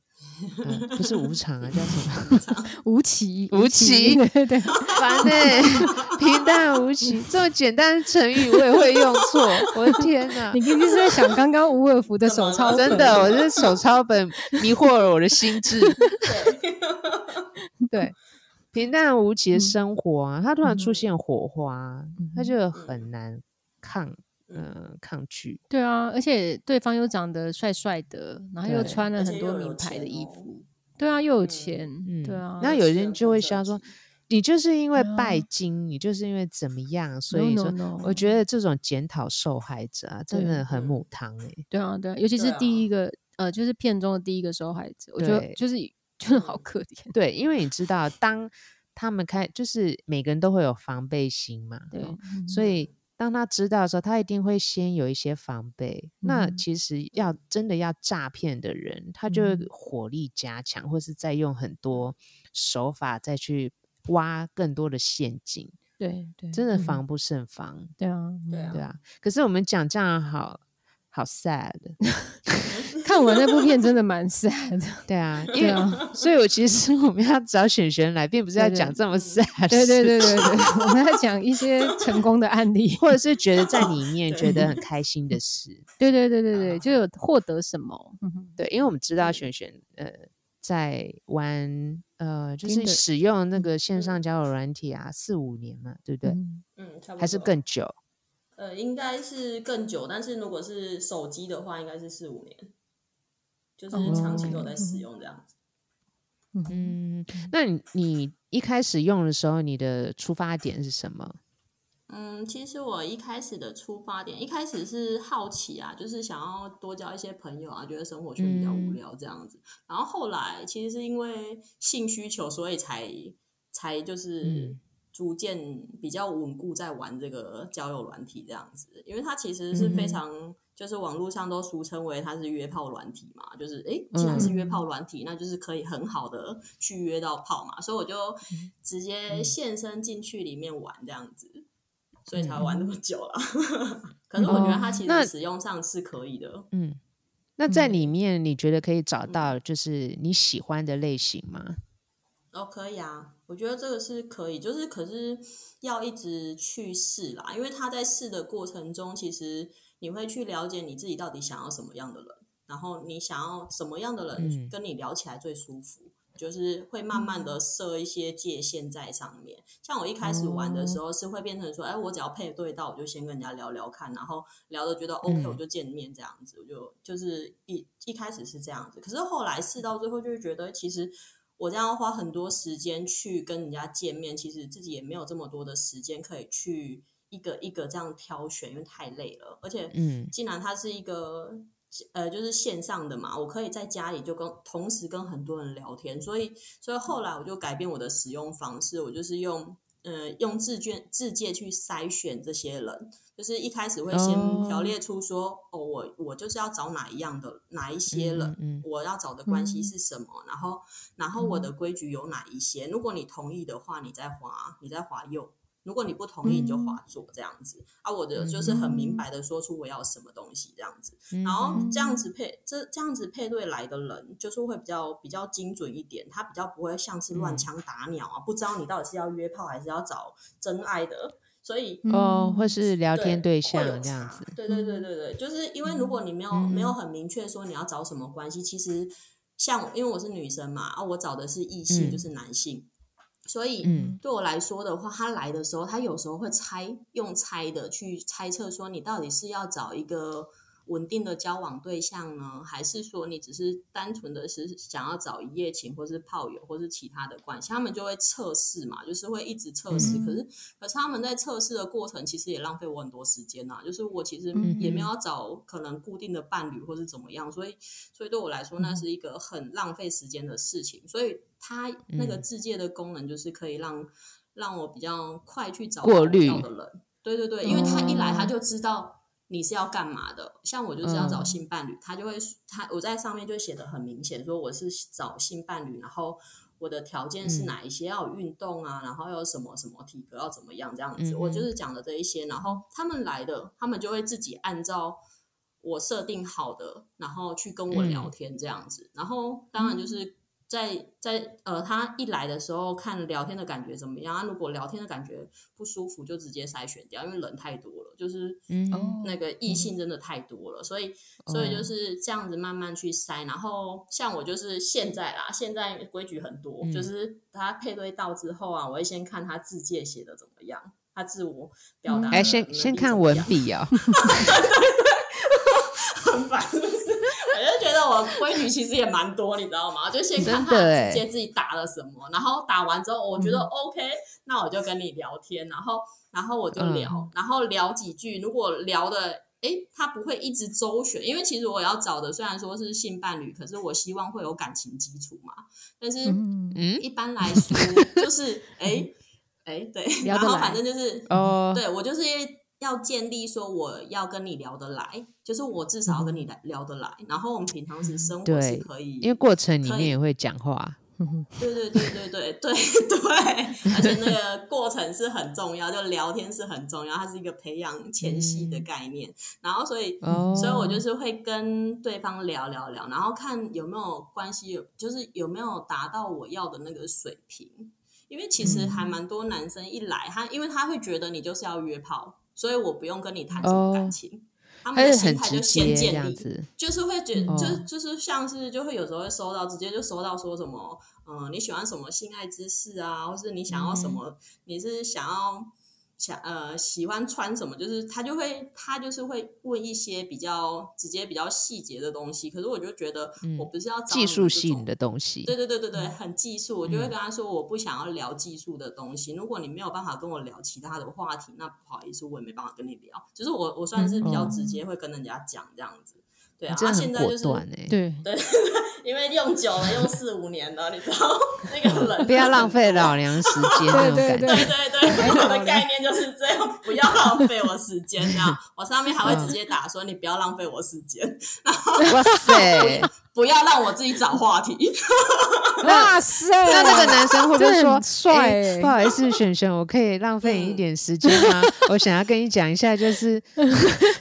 Speaker 1: 呃，不是无常啊，叫什
Speaker 3: *laughs*
Speaker 1: 么？
Speaker 2: 无奇
Speaker 1: 无
Speaker 2: *laughs*
Speaker 1: 奇
Speaker 2: 对对对，
Speaker 1: 烦呢、平淡无奇这么简单的成语我也会用错，我的天哪
Speaker 2: 你！肯定是在想刚刚伍尔 *laughs* 夫的手抄本，
Speaker 1: 真的，我这手抄本迷惑了我的心智。
Speaker 3: 对，
Speaker 2: 对，
Speaker 1: 平淡无奇的
Speaker 2: 嗯
Speaker 1: 生活啊，它突然出
Speaker 3: 嗯
Speaker 1: 现火花，啊它
Speaker 2: 嗯
Speaker 1: 就
Speaker 3: 哼
Speaker 1: 很难抗，
Speaker 3: 嗯
Speaker 1: 呃，抗拒。
Speaker 2: 对啊，而且对方又长得帅帅的，然后又
Speaker 1: 对
Speaker 2: 穿了
Speaker 3: 而
Speaker 2: 很
Speaker 3: 且
Speaker 2: 多
Speaker 3: 又有
Speaker 2: 名牌的
Speaker 3: 钱
Speaker 2: 衣
Speaker 3: 哦
Speaker 2: 服，对啊，又有
Speaker 3: 嗯
Speaker 2: 钱，
Speaker 1: 嗯
Speaker 2: 对啊，
Speaker 1: 那
Speaker 3: 这
Speaker 1: 有
Speaker 3: 是
Speaker 1: 些
Speaker 3: 人
Speaker 1: 人就
Speaker 3: 分
Speaker 1: 会
Speaker 3: 得
Speaker 1: 笑说
Speaker 3: 清，
Speaker 1: 你就是因为
Speaker 2: 对啊
Speaker 1: 拜金，你就是因为怎么样，所以
Speaker 2: no,
Speaker 1: 说，
Speaker 2: no,
Speaker 1: 我觉得这种检讨受害者啊，真
Speaker 2: 对
Speaker 1: 的很
Speaker 3: 嗯
Speaker 1: 母汤哎、
Speaker 2: 对啊，对啊，尤其
Speaker 3: 对
Speaker 2: 是第
Speaker 3: 啊
Speaker 2: 一个，呃，就是片中的第一个受害者，我觉得
Speaker 1: 对
Speaker 2: 就是 *laughs* 就是好
Speaker 3: 嗯
Speaker 2: 可怜。哦
Speaker 1: 对，因为你知道，当他们开，就是每个人都会有防备心嘛，
Speaker 2: 对
Speaker 1: 哦，所
Speaker 2: 嗯
Speaker 1: 以当他知道的时候，他一定会先有一些防备。那
Speaker 2: 嗯
Speaker 1: 其实要真的要诈骗的人，他就会
Speaker 2: 嗯
Speaker 1: 火力加强，或是再用很多手法再去挖更多的陷阱，
Speaker 2: 对对，
Speaker 1: 真的
Speaker 2: 嗯
Speaker 1: 防不胜防。
Speaker 2: 对啊，
Speaker 3: 对
Speaker 2: 嗯 *laughs*
Speaker 3: 啊
Speaker 1: 对啊，可是我们讲这样好。好 sad。
Speaker 2: 啊看完那部片真的蛮 *laughs* sad 的。
Speaker 1: *laughs* 对啊，因
Speaker 2: 对
Speaker 1: 为、
Speaker 2: 啊，
Speaker 1: 所以，我其实我们要找选选来，并不是要
Speaker 2: 对对
Speaker 1: 讲这么 sad，
Speaker 2: 对对对对对，我们在讲一些成功的案例。
Speaker 1: 或者是觉得在里面
Speaker 3: 对
Speaker 1: 觉得很开心的事。
Speaker 2: 对对对对对，就有获得什么？嗯哼
Speaker 1: 对，因为我们知道璇璇呃在玩呃就
Speaker 2: Tinder
Speaker 1: 是使用那个线
Speaker 3: 嗯
Speaker 1: 上交友软体啊四五年嘛，对不对？
Speaker 2: 嗯
Speaker 3: 嗯，差不多
Speaker 1: 还是更久？
Speaker 3: 呃，应该是更久，但是如果是手机的话，应该是四五年，就是
Speaker 2: 哦
Speaker 3: 长期都有在使
Speaker 2: 嗯
Speaker 3: 用这样子。
Speaker 1: 嗯，那你你一开始用的时候，你的出发点是什么？
Speaker 3: 嗯，其实我一开始的出发点，一开始是好奇啊，就是想要多交一些朋友啊，觉得生活圈比较无
Speaker 1: 嗯
Speaker 3: 聊这样子。然后后来其实是因为性需求，所以才才就是
Speaker 1: 嗯
Speaker 3: 逐渐比较稳固在玩这个交友软体这样子，因为它其实是非
Speaker 1: 嗯
Speaker 3: 常。就是网络上都俗称为它是约炮软体嘛，就是诶，既然是约
Speaker 2: 嗯
Speaker 3: 炮软体，那就是可以很好的去约到炮嘛，所以我就直接现身进去里面玩这样子。所以才玩那么久了。 *laughs* 可是我觉得它其
Speaker 1: 那
Speaker 3: 实使用上是可以的。
Speaker 1: 嗯，那在
Speaker 2: 嗯
Speaker 1: 里面你觉得可以找到就是你喜欢的类型吗？
Speaker 3: 哦，可以啊，我觉得这个是可以，就是可是要一直去试啦，因为他在试的过程中，其实你会去了解你自己到底想要什么样的人，然后你想要什么样的人
Speaker 1: 嗯
Speaker 3: 跟你聊起来最舒服。就是会慢慢的设一些界限在上面，像我一开始玩
Speaker 1: 哦
Speaker 3: 的时候是会变成说，哎，我只要配对到，我就先跟人家聊聊看，然后聊的觉得 OK，、
Speaker 1: 嗯
Speaker 3: 我就见面这样子，我就就是一一开始是这样子，可是后来试到最后就会觉得，其实我这样花很多时间去跟人家见面，其实自己也没有这么多的时间可以去一个一个这样挑选，因为太累了。而且，
Speaker 1: 嗯
Speaker 3: 既然它是一个呃，就是线上的嘛，我可以在家里就跟同时跟很多人聊天，所以所以后来我就改变我的使用方式，我就是用。呃，用自卷自介去筛选这些人，就是一开始会先
Speaker 1: 哦
Speaker 3: 条列出说，哦，我我就是要找哪一样的哪一些
Speaker 1: 嗯
Speaker 3: 人，
Speaker 1: 嗯嗯
Speaker 3: 我要找的关系
Speaker 2: 嗯
Speaker 3: 是什么，然后然后我的规矩有哪一些？如果你同意的话，你再滑，你再滑右；如果你不同意，你就
Speaker 1: 嗯
Speaker 3: 滑左，这样子。啊，我的就是很明白的说出我要什么东西这样子，
Speaker 1: 嗯
Speaker 3: 然后
Speaker 1: 嗯
Speaker 3: 这样子配这这样子配对来的人，就是会比较比较精准一点，他比较不会像是乱
Speaker 1: 嗯
Speaker 3: 枪打鸟啊，不知道你到底是要约炮还是要找真爱的，所以
Speaker 1: 哦，或是聊天对象
Speaker 3: 会有
Speaker 1: 这样
Speaker 3: 差
Speaker 1: 子。嗯
Speaker 3: 对对对对对，就是因为如果你没有、没有很明确说你要找什么关系，其实像我因为我是女生嘛，啊，我找的是异性，
Speaker 1: 嗯
Speaker 3: 就是男性，所以
Speaker 1: 嗯
Speaker 3: 对我来说的话，他来的时候，他有时候会猜，用猜的去猜测说你到底是要找一个稳定的交往对象呢，还是说你只是单纯的是想要找一夜情，或是炮友，或是其他的关系？他们就会测试嘛，就是会一直测试。
Speaker 2: 嗯
Speaker 3: 可是，可是他们在测试的过程，其实也浪费我很多时间呐、就是我其实
Speaker 1: 嗯
Speaker 3: 也没有要找可能固定的伴侣或是怎么样，所以所以对我来
Speaker 1: 嗯
Speaker 3: 说，那是一个很浪费时间的事情。所以它那个
Speaker 1: 嗯
Speaker 3: 自介的功能就是可以让让我比较快去找
Speaker 1: 过
Speaker 3: 到我
Speaker 1: 滤
Speaker 3: 要的人。对对对，因为他一来他
Speaker 2: 哦
Speaker 3: 就知道你是要干嘛的。像我就是要找
Speaker 1: 嗯
Speaker 3: 性伴侣，他就会他我在上面就写的很明显，说我是找性伴侣，然后我的条件是
Speaker 1: 嗯
Speaker 3: 哪一些，要有运动啊，然后要有什么什么体格要怎么样这样子。
Speaker 1: 嗯
Speaker 3: 我
Speaker 1: 哼
Speaker 3: 就是讲了这一些，然后他们来的，他们就会自己按照。我设定好的，然后去跟我聊
Speaker 1: 嗯
Speaker 3: 天这样子。然后当然就是在在呃，他一来的时候看聊天的感觉怎么样。啊、如果聊天的感觉不舒服，就直接筛选掉，因为人太多了，就是
Speaker 1: 嗯哦
Speaker 2: 哦
Speaker 3: 那个异性真的太多了，所以所以就是这样子慢慢去筛。然后像我就是现在啦，现在规矩很多，
Speaker 1: 嗯
Speaker 3: 就是他配对到之后啊，我会先看他字界写的怎么样。他自我表达的能力怎么样，
Speaker 1: 哎，先先看文笔哦。
Speaker 3: *laughs* 很烦，是不是？我就觉得我规矩其实也蛮多，你知道吗？就先看他
Speaker 1: 真的欸
Speaker 3: 直接自己打了什么，然后打完之后，我觉
Speaker 2: 嗯
Speaker 3: 得 OK，、那我就跟你聊天，然后然后我就聊，
Speaker 2: 嗯
Speaker 3: 然后聊几句，如果聊的。诶，他不会一直周旋，因为其实我要找的虽然说是性伴侣，可是我希望会有感情基础嘛。但是
Speaker 2: 嗯
Speaker 1: 嗯，
Speaker 3: 一般来说，就是诶诶，对，
Speaker 2: 聊
Speaker 3: 然
Speaker 2: 得
Speaker 3: 后
Speaker 2: 来
Speaker 3: 反正就是
Speaker 1: 哦，
Speaker 3: 对我就是要建立说我要跟你聊得来，就是我至少要跟你来聊得来，然后我们平常时生活是
Speaker 1: 嗯对
Speaker 3: 可以，
Speaker 1: 因为过程里
Speaker 3: 可
Speaker 1: 面
Speaker 3: 以
Speaker 1: 也会讲话。
Speaker 3: 对对对对对对对，而且那个过程是很重要，就聊天是很重要，它是一个培养前戏
Speaker 1: 嗯
Speaker 3: 的概念。然后所以、
Speaker 1: 哦
Speaker 3: 嗯所以我就是会跟对方聊聊聊，然后看有没有关系，有就是有没有达到我要的那个水平。因为其实还蛮多男生一来，他因为他会觉得你就是要约炮，所以我不用跟你谈什么感
Speaker 1: 哦
Speaker 3: 情。他们
Speaker 1: 还
Speaker 3: 的
Speaker 1: 是
Speaker 3: 心
Speaker 1: 很
Speaker 3: 态就
Speaker 1: 直
Speaker 3: 先
Speaker 1: 接这
Speaker 3: 建
Speaker 1: 样
Speaker 3: 立，
Speaker 1: 子，
Speaker 3: 就是会觉
Speaker 1: 嗯
Speaker 3: 就
Speaker 1: 哦
Speaker 3: 就是像是就会有时候会收到，直接就收到说什么，嗯、你喜欢什么性爱姿势啊，或是你想要什么，
Speaker 1: 嗯
Speaker 3: 你是想要想呃喜欢穿什么，就是他就会他就是会问一些比较直接比较细节的东西，可是我就觉得
Speaker 1: 嗯
Speaker 3: 我不是要找
Speaker 1: 技
Speaker 3: 你
Speaker 1: 术
Speaker 3: 这
Speaker 1: 性
Speaker 3: 种
Speaker 1: 的东西
Speaker 3: 对，对对对
Speaker 1: 嗯
Speaker 3: 对，很技术，我就会跟他说，我不想要聊技术的东西。如果你没有办法跟我聊其他的话题，那不好意思，我也没办法跟你聊。就是我我算是比较直接，会跟人家讲这样子。对啊，
Speaker 1: 嗯你真
Speaker 3: 啊
Speaker 1: 的
Speaker 3: 现
Speaker 1: 很
Speaker 3: 在就
Speaker 1: 果
Speaker 3: 是 *laughs*
Speaker 1: 断哎、
Speaker 2: 对，
Speaker 3: 因为用久了，用四五年了，你知道那个冷，
Speaker 1: 嗯不要浪费哎老娘时间那种
Speaker 2: 对
Speaker 1: 感
Speaker 2: 对
Speaker 1: 觉。
Speaker 3: 对对对，我的概念就是这样，不要浪费我时间这样。我上面还
Speaker 1: 嗯
Speaker 3: 会直接打说，你不要浪费我时间，
Speaker 1: 哇
Speaker 3: *laughs*
Speaker 1: 塞，
Speaker 3: 不要让我自己找话题。
Speaker 2: 哇塞，
Speaker 1: 那那个男生会不会
Speaker 2: 这
Speaker 1: 说
Speaker 2: 很帅
Speaker 1: 诶
Speaker 2: 欸
Speaker 1: 不好意思，璇璇，我可以浪费你一点时间吗？
Speaker 3: 嗯
Speaker 1: *laughs* 我想要跟你讲一下，
Speaker 3: *laughs*
Speaker 1: 就是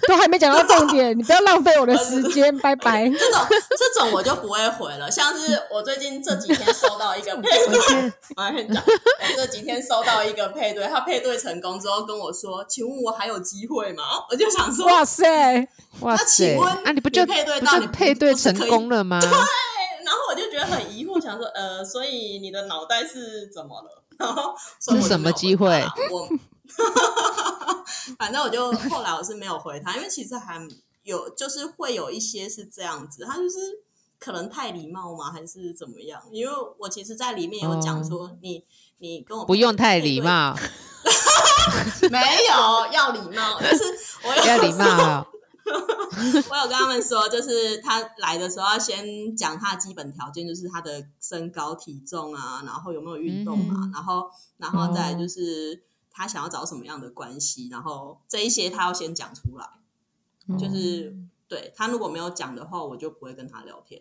Speaker 2: 都还没讲到重点，你不要浪费我的时间，拜拜。
Speaker 3: 这种这种我就不会回了。像是我最近这几天收到一个配对，我跟你讲，我这几天收到一个配对，他配对成功之后跟我说：“请问我还有机会吗？”我就想说，
Speaker 2: 哇塞，
Speaker 1: 哇塞
Speaker 3: 请问
Speaker 1: 啊，你不就
Speaker 3: 你配对
Speaker 1: 不
Speaker 3: 到
Speaker 1: 就
Speaker 3: 你不
Speaker 1: 配对
Speaker 3: 不是
Speaker 1: 成
Speaker 3: 可以
Speaker 1: 功了
Speaker 3: *laughs*
Speaker 1: 吗？
Speaker 3: 哎然后我就觉得很疑惑，想说，呃，所以你的脑袋是怎么了？ *laughs* 然后所以我
Speaker 1: 是
Speaker 3: 就
Speaker 1: 什么
Speaker 3: 没有回
Speaker 1: 机会
Speaker 3: 他？我反正我就后来我是没有回他，因为其实还有就是会有一些是这样子，他就是可能太礼貌吗，还是怎么样？因为我其实，在里面有讲说，你你跟我
Speaker 1: 哦不用太礼
Speaker 3: 配 *laughs*
Speaker 1: 貌，
Speaker 3: 对，没有要礼貌，但是我
Speaker 1: *laughs*
Speaker 3: 有
Speaker 1: 要礼貌
Speaker 3: *laughs*
Speaker 1: 啊。
Speaker 3: 我有跟他们说，就是他来的时候要先讲他的基本条件，就是他的身高、体重啊，然后有没有运动啊，然后然后再来就是他想要找什么样的关系，然后这一些他要先讲出来。
Speaker 1: 嗯
Speaker 3: 就是对他如果没有讲的话，我就不会跟他聊天。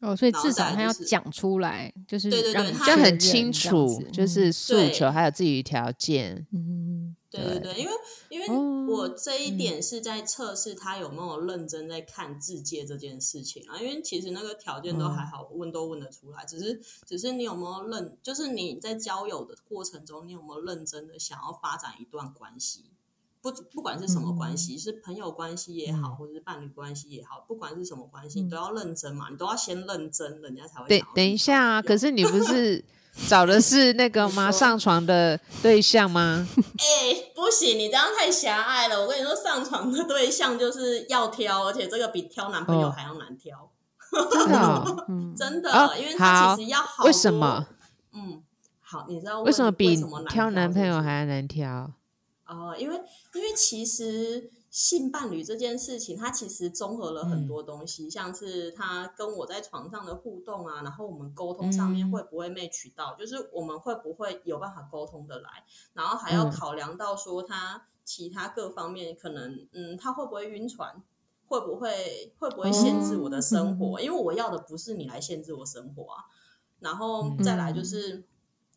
Speaker 2: 哦，所以
Speaker 3: 然后
Speaker 2: 至少
Speaker 3: 再来
Speaker 2: 他
Speaker 3: 就
Speaker 2: 要
Speaker 3: 是
Speaker 2: 讲出来，就是
Speaker 3: 对对对
Speaker 2: 让你
Speaker 3: 他
Speaker 1: 这样
Speaker 2: 确
Speaker 1: 很
Speaker 2: 认
Speaker 1: 清
Speaker 2: 这样
Speaker 1: 楚
Speaker 2: 子，
Speaker 1: 就是诉
Speaker 3: 嗯对
Speaker 1: 求还有自己条件。
Speaker 2: 嗯，
Speaker 3: 对对对，因为因
Speaker 1: 哦
Speaker 3: 为我这一点是在测试他有没有认真在看字界这件事情啊，因为其实那个条件都
Speaker 1: 哦
Speaker 3: 还好，问都问得出来，只是只是你有没有认，就是你在交友的过程中，你有没有认真的想要发展一段关系？不不管是什么关
Speaker 1: 嗯
Speaker 3: 系，是朋友关系也好，或者是伴侣关系也好，不管是什么关系，你都要认真嘛，你都要先认真，人家才会
Speaker 1: 嗯等
Speaker 3: 想要
Speaker 1: 等
Speaker 3: 跟
Speaker 1: 一
Speaker 3: 你
Speaker 1: 下啊，
Speaker 3: 交
Speaker 1: 可
Speaker 3: 友
Speaker 1: 是你不是找的是那个吗？ *laughs*
Speaker 3: 你说
Speaker 1: 上床的对象吗？
Speaker 3: 哎、不行，你这样太狭隘了。我跟你说，上床的对象就是要挑，而且这个比挑男朋友
Speaker 1: 哦
Speaker 3: 还要难挑，
Speaker 1: 真的哦？
Speaker 2: 嗯
Speaker 3: 真的，
Speaker 1: 哦
Speaker 3: 因为他
Speaker 1: 好
Speaker 3: 其实要好多
Speaker 1: 为什么？？
Speaker 3: 嗯，好，你知道
Speaker 1: 为什么比
Speaker 3: 什么难
Speaker 1: 挑男朋友
Speaker 3: 是不是
Speaker 1: 还要难挑？
Speaker 3: 哦，因为因为其实性伴侣这件事情，它其实综合了
Speaker 1: 嗯
Speaker 3: 很多东西，像是他跟我在床上的互动啊，然后我们沟通上面
Speaker 1: 嗯
Speaker 3: 会不会 match 到，就是我们会不会有办法沟通的来，然后还要
Speaker 1: 嗯
Speaker 3: 考量到说他其他各方面可能，嗯，他会不会晕船。会不会会不会限制我的
Speaker 1: 哦
Speaker 3: 生活？因为我要的不是你来限制我生活啊。然后
Speaker 1: 嗯
Speaker 3: 再来就是、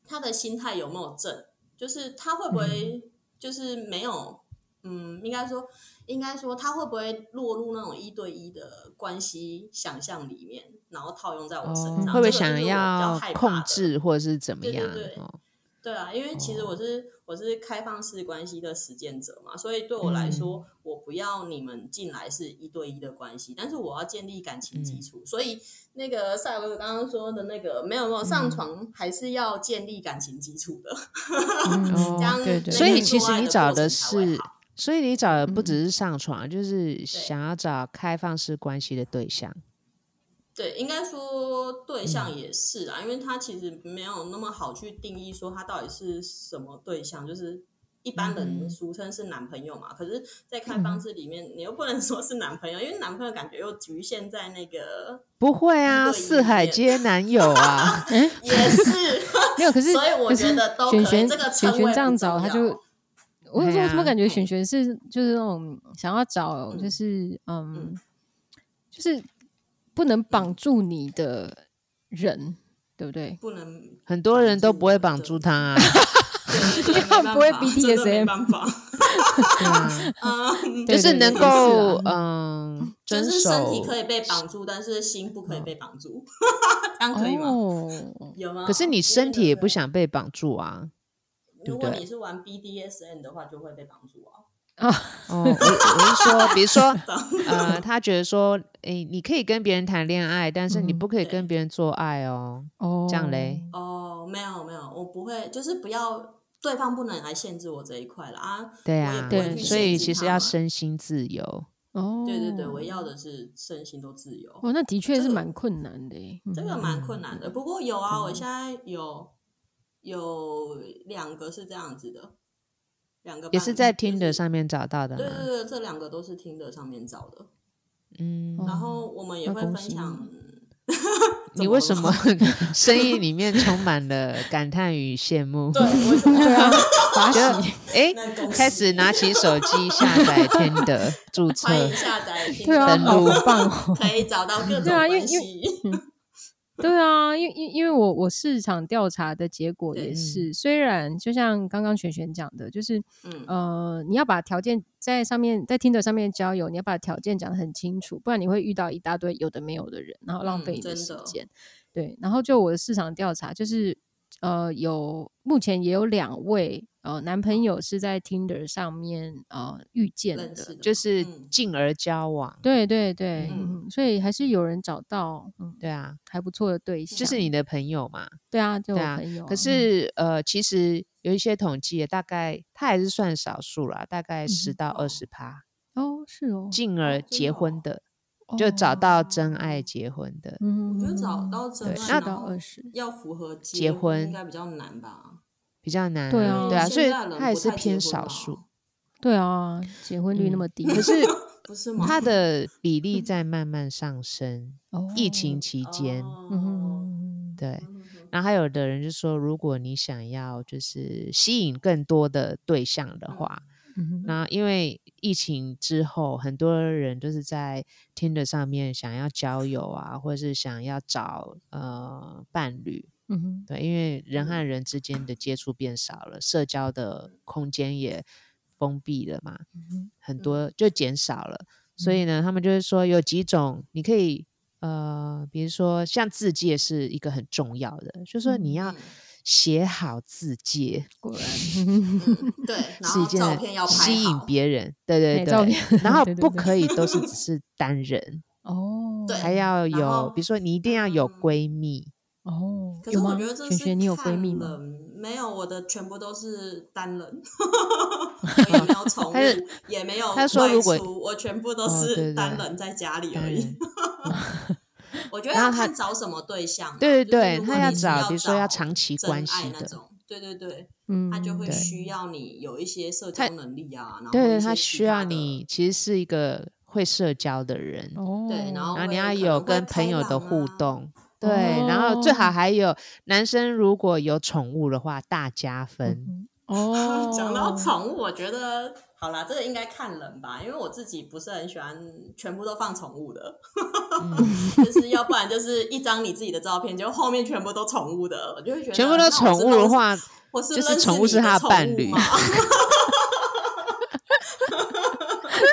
Speaker 3: 他的心态有没有正，就是他会
Speaker 1: 嗯
Speaker 3: 不会就是没有，嗯，应该说，应该说他会不会落入那种一对一的关系想象里面，然后套用在我身
Speaker 1: 哦
Speaker 3: 上，，
Speaker 1: 会不会
Speaker 3: 这个就是我
Speaker 1: 想
Speaker 3: 比较
Speaker 1: 要
Speaker 3: 害怕
Speaker 1: 控
Speaker 3: 的？
Speaker 1: 制或者是怎么
Speaker 3: 对对
Speaker 1: 样？
Speaker 3: 对
Speaker 1: 哦
Speaker 3: 对啊，因为其实我是、我是开放式关系的实践者嘛，所以对我来说，
Speaker 1: 嗯
Speaker 3: 我不要你们进来是一对一的关系，但是我要建立感情
Speaker 1: 嗯
Speaker 3: 基础。所以那个赛维刚刚说的那个没有没有
Speaker 1: 嗯
Speaker 3: 上床，还是要建立感情基础的。这样
Speaker 2: 嗯对对，
Speaker 3: 那
Speaker 1: 所以
Speaker 3: 个
Speaker 1: 其
Speaker 3: 做
Speaker 1: 实
Speaker 3: 爱
Speaker 1: 你
Speaker 3: 的
Speaker 1: 找
Speaker 3: 过
Speaker 1: 的
Speaker 3: 程才会
Speaker 1: 是
Speaker 3: 好，
Speaker 1: 所以你找的不只是上床，就是想要找开放式关系的对象。
Speaker 3: 对，应该说对象
Speaker 2: 嗯
Speaker 3: 也是啊，因为他其实没有那么好去定义说他到底是什么对象，就是一般
Speaker 2: 嗯
Speaker 3: 人俗称是男朋友嘛。可是，在开放式里面，你又不能说是男朋友，因为男朋友感觉又局限在
Speaker 2: *laughs*
Speaker 3: 那个
Speaker 1: 不会啊，
Speaker 3: 一对一
Speaker 1: 四海
Speaker 3: 面
Speaker 1: 皆男友啊。 *laughs*
Speaker 3: 也是，
Speaker 2: 没有，可是
Speaker 3: 所以我
Speaker 2: 可
Speaker 3: 觉
Speaker 2: 是
Speaker 3: 得都可以
Speaker 2: 璇璇
Speaker 3: 这个称
Speaker 2: 璇璇
Speaker 3: 谓
Speaker 2: 这
Speaker 3: 不
Speaker 2: 样
Speaker 3: 重
Speaker 2: 找他
Speaker 3: 要
Speaker 2: 就，我
Speaker 1: 对
Speaker 2: 我怎么
Speaker 1: 啊
Speaker 2: 感觉
Speaker 3: 嘿
Speaker 2: 璇璇是就是那种想要找
Speaker 3: 嗯
Speaker 2: 就是嗯，就是不能绑住你的人，对不对？
Speaker 3: 不能
Speaker 1: 很多人都不会绑住
Speaker 3: 住
Speaker 1: 他啊，
Speaker 2: *laughs*
Speaker 3: 对，
Speaker 2: 因为他
Speaker 3: 没办
Speaker 2: 不会
Speaker 3: 法
Speaker 2: BDSM
Speaker 3: 真的没办法，
Speaker 2: *laughs*
Speaker 1: 对啊，
Speaker 3: 嗯，
Speaker 2: 对
Speaker 1: 就是
Speaker 2: 对
Speaker 1: 能
Speaker 2: 对
Speaker 1: 够
Speaker 2: 是啊
Speaker 1: 嗯
Speaker 3: 就
Speaker 1: 遵
Speaker 3: 是身体
Speaker 1: 守。
Speaker 3: 可以被绑住，但是心不可以被绑住， *laughs* 这样可以吗？
Speaker 2: 嗯哦，
Speaker 3: 有吗？
Speaker 1: 可是你身体也不，想被绑住啊。对
Speaker 3: 如
Speaker 1: 不
Speaker 3: 果
Speaker 1: 对
Speaker 3: 你是玩 BDSN 的话，就会被绑住啊。
Speaker 1: *laughs* 哦，我我是说，比如
Speaker 3: *laughs*
Speaker 1: 说，呃，他觉得说，诶，你可以跟别人谈恋爱，但是你
Speaker 2: 嗯
Speaker 1: 不可以
Speaker 3: 对
Speaker 1: 跟别人做爱哦。
Speaker 2: 哦，
Speaker 1: 这样嘞，
Speaker 3: 哦，没有没有，我不会，就是不要对方不能来限制我这一块了啊。
Speaker 1: 对
Speaker 3: 我也
Speaker 1: 啊
Speaker 3: 不会
Speaker 2: 对
Speaker 3: 去
Speaker 1: 所以
Speaker 3: 限制
Speaker 1: 其实
Speaker 3: 他
Speaker 1: 要
Speaker 3: 嘛
Speaker 1: 身心自由。
Speaker 2: 哦，
Speaker 3: 对对对，我
Speaker 1: 嗯
Speaker 3: 要的是身心都自由。
Speaker 2: 哦，那的确是
Speaker 3: 这个
Speaker 2: 蛮困难的欸
Speaker 3: *laughs*
Speaker 2: 耶，
Speaker 3: 这个蛮困难
Speaker 1: 嗯
Speaker 3: 的。不过有啊，我现在有有两个是这样子的，两个
Speaker 1: 也
Speaker 3: 伴
Speaker 1: 是
Speaker 3: 侣
Speaker 1: 在
Speaker 3: 啊就
Speaker 1: 听
Speaker 3: 是
Speaker 1: 的上面找到的
Speaker 3: 对对
Speaker 1: 吗？
Speaker 3: 对，这两个都是听的上面找的。
Speaker 1: 嗯，
Speaker 2: 哦
Speaker 3: 然后我们也
Speaker 2: 那
Speaker 3: 会
Speaker 2: 恭
Speaker 3: 分
Speaker 2: 喜
Speaker 1: *laughs*
Speaker 3: 享。怎
Speaker 1: 你为
Speaker 3: 了
Speaker 1: 什么 *laughs* 声音里面充满了感叹与羡慕？
Speaker 3: 对，为什么？ *laughs*
Speaker 2: 法啊喜
Speaker 1: 觉得哎
Speaker 3: 那恭，喜
Speaker 1: 开始拿起手机下
Speaker 3: *laughs*
Speaker 1: 载 Tinder 注册
Speaker 3: 欢迎下
Speaker 1: *laughs*
Speaker 3: 载听
Speaker 2: 对啊，
Speaker 1: 登
Speaker 2: 好
Speaker 1: 录
Speaker 2: 棒哦。
Speaker 3: *laughs* 可以找到各种
Speaker 2: 对啊因为
Speaker 3: 关
Speaker 2: 因为
Speaker 3: 系。
Speaker 2: 对啊，因因因为我我市场调查的结果也
Speaker 3: 对
Speaker 2: 是，虽然就像刚刚璇璇讲的，就是
Speaker 3: 嗯，
Speaker 2: 呃，你要把条件在上面在听的上面交友，你要把条件讲得很清楚，不然你会遇到一大堆有的没有的人，然后浪
Speaker 3: 嗯
Speaker 2: 费你的
Speaker 3: 真
Speaker 2: 时
Speaker 3: 的
Speaker 2: 间。对，然后就我的市场调查，就是呃，有目前也有两位呃男朋友是在 Tinder 上面呃遇见
Speaker 3: 认识
Speaker 2: 的。
Speaker 3: 的
Speaker 1: 就是
Speaker 3: 嗯
Speaker 1: 进而交往。
Speaker 2: 对对对，
Speaker 3: 嗯
Speaker 2: 嗯，所以还是有人找到嗯
Speaker 1: 对啊，
Speaker 2: 还不错的对象，
Speaker 1: 就是你的朋友嘛。
Speaker 2: 对啊，就我
Speaker 1: 对啊
Speaker 2: 朋友
Speaker 3: 哦嗯
Speaker 2: 啊，
Speaker 1: 可是呃，其实有一些统计，大概它还是算少数啦，大概十
Speaker 2: 嗯
Speaker 1: 到二十趴，
Speaker 2: 哦，是哦，
Speaker 1: 进而
Speaker 3: 真的
Speaker 1: 结婚的，
Speaker 2: 哦
Speaker 1: 就找到真爱结婚的。
Speaker 2: 嗯
Speaker 3: 我觉得找到真
Speaker 1: 对
Speaker 3: 爱，哦
Speaker 1: 那
Speaker 3: 然后
Speaker 2: 二十
Speaker 3: 要符合
Speaker 1: 结婚
Speaker 3: 应该比较难吧？
Speaker 1: 比较难，
Speaker 2: 对
Speaker 3: 因
Speaker 2: 啊
Speaker 3: 为
Speaker 1: 对啊，
Speaker 3: 现
Speaker 1: 所以
Speaker 3: 在人
Speaker 1: 它也
Speaker 3: 不
Speaker 1: 是
Speaker 3: 太结
Speaker 1: 偏
Speaker 3: 婚哦
Speaker 1: 少
Speaker 3: 嘛
Speaker 1: 数，
Speaker 2: 对啊，结婚率那么低，
Speaker 1: 可是
Speaker 3: 不嗯是吗？哦
Speaker 1: 它嗯的比
Speaker 3: 嗯
Speaker 1: 例在慢慢上升。
Speaker 2: 哦
Speaker 1: 疫情，期间，
Speaker 3: 哦
Speaker 2: 嗯哼，
Speaker 1: 对，
Speaker 3: 嗯哼
Speaker 1: 然后还有的人就说，如果你想要就是吸引更多的对象的话，
Speaker 2: 嗯哼
Speaker 1: 那因为疫情之后，很多人就是在 Tinder 上面想要交友啊，或者是想要找呃伴侣，
Speaker 2: 嗯哼，
Speaker 1: 对，因为人
Speaker 3: 嗯
Speaker 1: 和人之间的接触变少了，社交的空间也封闭了嘛，
Speaker 2: 嗯哼
Speaker 1: 很多就减少了，所
Speaker 3: 嗯
Speaker 1: 以呢，他们就是说有几种你可以。呃，比如说像自介是一个很重要的，就是说你要
Speaker 3: 嗯
Speaker 1: 写好自介，
Speaker 2: 果然，
Speaker 3: 嗯对，然
Speaker 1: 是
Speaker 3: 后
Speaker 1: 一件
Speaker 3: 照片要拍
Speaker 1: 吸引
Speaker 3: 好
Speaker 1: 别人，对对
Speaker 2: 哎照
Speaker 1: 对
Speaker 2: 片，
Speaker 1: 然后
Speaker 2: 对对
Speaker 1: 不
Speaker 2: 对
Speaker 1: 可
Speaker 2: *laughs*
Speaker 1: 以都是只是单人，
Speaker 2: 哦，
Speaker 3: 对
Speaker 1: 还要
Speaker 3: 然
Speaker 1: 有
Speaker 3: 后，
Speaker 1: 比如说你一定要有
Speaker 3: 嗯
Speaker 1: 闺蜜，
Speaker 2: 哦，
Speaker 3: 可是
Speaker 2: 有
Speaker 3: 我
Speaker 2: 吗
Speaker 3: 觉得这？是
Speaker 2: 璇璇，你有闺蜜
Speaker 3: 看
Speaker 2: 吗？
Speaker 3: 人？没有，我的全部都是单人， *laughs* 我也没
Speaker 1: *laughs*
Speaker 3: 有宠
Speaker 1: 他是
Speaker 3: 物，也没有
Speaker 1: 他说如果
Speaker 3: 外出我全部都
Speaker 1: 哦对
Speaker 3: 是
Speaker 1: 对
Speaker 3: 单人在家里
Speaker 1: 单
Speaker 3: 而
Speaker 1: 人
Speaker 3: 已。我觉得
Speaker 1: 然
Speaker 3: 要
Speaker 1: 后他
Speaker 3: 看找什么对象啊，
Speaker 1: 对
Speaker 3: *laughs* 就是
Speaker 1: 对对，
Speaker 3: 如果
Speaker 1: 他要
Speaker 3: 你是
Speaker 1: 找，比如说要
Speaker 3: 找
Speaker 1: 长期
Speaker 3: 真
Speaker 1: 关
Speaker 3: 爱
Speaker 1: 系
Speaker 3: 那
Speaker 1: 的，
Speaker 3: 种，对对对，
Speaker 2: 嗯，
Speaker 3: 他就会
Speaker 1: 对
Speaker 3: 需要你有一些社
Speaker 1: 他
Speaker 3: 交能力啊，然后
Speaker 1: 对对，
Speaker 3: 一
Speaker 1: 他
Speaker 3: 些其
Speaker 1: 需要
Speaker 3: 的
Speaker 1: 你其实是一个会社交的人，
Speaker 2: 哦，
Speaker 3: 对，然后
Speaker 1: 然后你
Speaker 3: 会
Speaker 1: 要
Speaker 3: 可
Speaker 1: 有
Speaker 3: 能会
Speaker 1: 跟
Speaker 3: 开
Speaker 1: 朋友的
Speaker 3: 朗
Speaker 1: 互
Speaker 3: 啊，，
Speaker 1: 动，对，然后最好
Speaker 2: 哦
Speaker 1: 还有男生如果有宠物的话大加分，
Speaker 2: 嗯哦
Speaker 3: *laughs* *laughs* 讲到宠物，我觉得好啦，这个应该看人吧，因为我自己不是很喜欢全部都放宠物的，
Speaker 2: 嗯
Speaker 1: 嗯
Speaker 3: 就是要不然就是一张你自己的照片，就后面全部都宠物的，我就会觉得
Speaker 1: 全部都宠物的，话，
Speaker 3: *laughs* 那我是
Speaker 1: 就
Speaker 3: 认识
Speaker 1: 是
Speaker 3: 我认识
Speaker 1: 宠物是
Speaker 3: 你
Speaker 1: 他的
Speaker 3: 宠
Speaker 1: 伴
Speaker 3: 物
Speaker 1: 侣 *laughs*
Speaker 3: 吗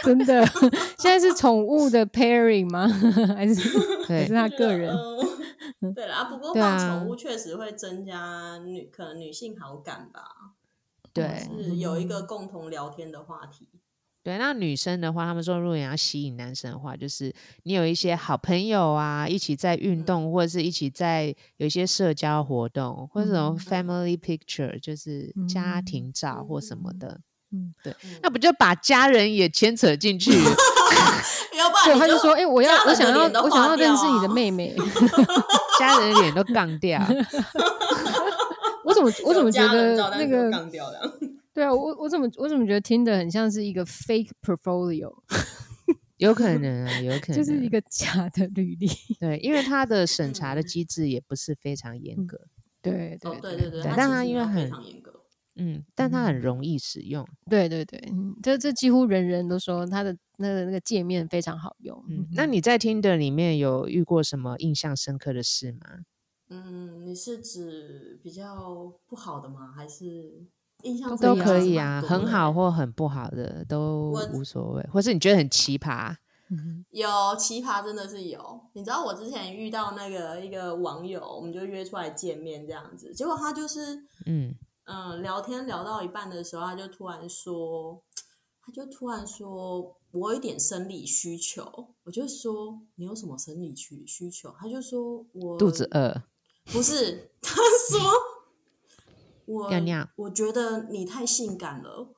Speaker 2: 真的， *laughs* 现在是宠物的 pairing 吗？ *laughs* 还是还 *laughs*
Speaker 1: 对
Speaker 2: 是他个
Speaker 3: *laughs*
Speaker 2: 人？
Speaker 3: 嗯对啦，不过
Speaker 1: 对
Speaker 3: 放
Speaker 1: 啊
Speaker 3: 宠物确实会增加女可能女性好感吧，
Speaker 1: 对。嗯
Speaker 3: 是有一个共同聊天的话题。
Speaker 1: 对，那女生的话，他们说，如果你要吸引男生的话，就是你有一些好朋友啊，一起在
Speaker 2: 嗯
Speaker 1: 运动，或者是一起在有一些社交活动，或者什么 family picture，就是家
Speaker 2: 嗯
Speaker 1: 庭照或什么的。
Speaker 2: 嗯，
Speaker 1: 对，
Speaker 3: 嗯
Speaker 1: 那不就把家人也牵扯进去？
Speaker 3: 要不然
Speaker 2: 对，
Speaker 3: 你
Speaker 2: 他就说，哎，我要
Speaker 3: 家人
Speaker 2: 我
Speaker 3: 的
Speaker 2: 想要
Speaker 3: 脸都
Speaker 2: 我想要
Speaker 3: 划掉
Speaker 2: 认识你的
Speaker 3: 啊
Speaker 2: 妹妹。 *laughs*
Speaker 1: 家人的脸都杠掉，
Speaker 2: 我
Speaker 3: *laughs*
Speaker 2: 怎么我怎么
Speaker 3: 有
Speaker 2: 觉
Speaker 3: 家
Speaker 2: 得
Speaker 3: 人照但
Speaker 2: 那
Speaker 3: 是有
Speaker 2: 个
Speaker 3: 杠掉的。
Speaker 2: 对啊，我我怎么我怎么觉得听的很像是一个 fake portfolio，
Speaker 1: 有可能啊，有可能，
Speaker 2: 就是一个假的履历。
Speaker 1: 对，因为他的审查的机制也不是非常严
Speaker 2: 嗯
Speaker 1: 格，
Speaker 2: *laughs* 对
Speaker 3: 哦
Speaker 2: 对，
Speaker 3: 对对对，
Speaker 1: 对
Speaker 3: 它
Speaker 1: 但
Speaker 3: 其
Speaker 1: 它
Speaker 3: 实
Speaker 1: 因
Speaker 3: 没
Speaker 1: 为
Speaker 3: 有非
Speaker 1: 很
Speaker 3: 常严格。
Speaker 1: 嗯，但它很容易使用，
Speaker 2: 对对对，嗯，这这几乎人人都说它的那个那个界面非常好用。
Speaker 1: 嗯，那你在听的里面有遇过什么印象深刻的事吗？
Speaker 3: 嗯，你是指比较不好的吗？还是印象
Speaker 2: 都
Speaker 3: 最
Speaker 1: 都
Speaker 2: 可以啊
Speaker 1: 可以啊，
Speaker 3: 深刻的
Speaker 1: 很好
Speaker 3: 对
Speaker 1: 或很不好的都
Speaker 3: 我
Speaker 1: 无所谓，或是你觉得很奇葩，
Speaker 3: 有奇葩真的是有，你知道我之前遇到那个一个网友，我们就约出来见面这样子，结果他就是
Speaker 1: 嗯，
Speaker 3: 嗯聊天聊到一半的时候，他就突然说，他就突然说我有一点生理需求，我就说你有什么生理需需求？他就说我
Speaker 1: 肚子饿，
Speaker 3: 不是， *laughs* 他说我
Speaker 1: 尿尿
Speaker 3: 我觉得你太性感了，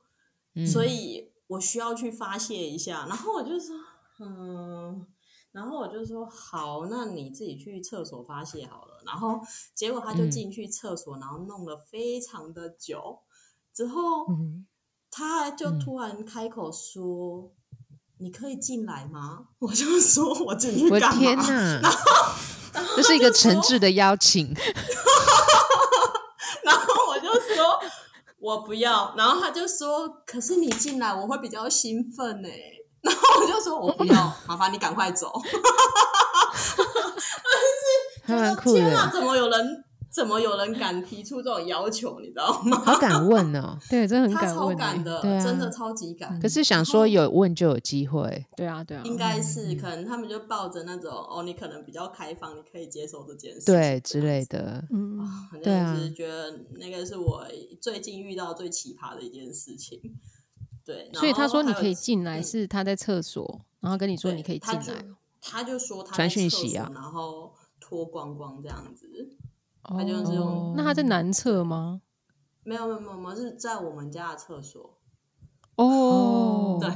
Speaker 1: 嗯，
Speaker 3: 所以我需要去发泄一下。然后我就说，嗯，然后我就说好，那你自己去厕所发泄好了。然后结果他就
Speaker 1: 嗯
Speaker 3: 进去厕所，然后弄了非常的久，之后他就
Speaker 1: 嗯
Speaker 3: 突然开口说。你可以进来吗？我就说我进去
Speaker 1: 我
Speaker 3: 干嘛？
Speaker 1: 天哪，这是一个诚挚的邀请，
Speaker 3: *laughs* 然后我就说我不要，然后他就说，可是你进来我会比较兴奋呢、然后我就说我不要，麻烦你赶快走。
Speaker 1: 还蛮酷
Speaker 3: 就说天啊，
Speaker 1: 的，
Speaker 3: 怎么有人怎么有人敢提出这种要求，你知道吗？
Speaker 1: 好敢问哦。
Speaker 2: 对，真的很
Speaker 3: 他
Speaker 2: 敢
Speaker 3: 超
Speaker 2: 问、
Speaker 3: 敢
Speaker 2: 欸。
Speaker 3: 的，
Speaker 1: 对啊
Speaker 3: 真的超级敢。
Speaker 1: 可是想说有问就有机会，
Speaker 2: 对啊，对啊，
Speaker 3: 应该是可能他们就抱着那种哦，你可能比较开放，你可以接受这件事情，
Speaker 1: 对之类。的，
Speaker 2: 嗯，
Speaker 3: 反
Speaker 1: 对啊
Speaker 3: 正就是觉得那个是我最近遇到最奇葩的一件事情。对，
Speaker 2: 所以他说你可以
Speaker 3: 进。
Speaker 2: 进来，是他在厕所，然后跟你说
Speaker 3: 嗯对
Speaker 2: 你可以进
Speaker 3: 他
Speaker 2: 来哦
Speaker 3: 就。他就说他
Speaker 1: 传
Speaker 3: 在
Speaker 1: 讯
Speaker 3: 厕
Speaker 1: 息
Speaker 3: 所
Speaker 1: 啊
Speaker 3: 然后脱光光这样子。
Speaker 2: 哦
Speaker 3: 他就是用
Speaker 2: 那他在男厕吗？
Speaker 3: 没有没有没有没有，是在我们家的厕所。
Speaker 2: 哦，
Speaker 3: 对，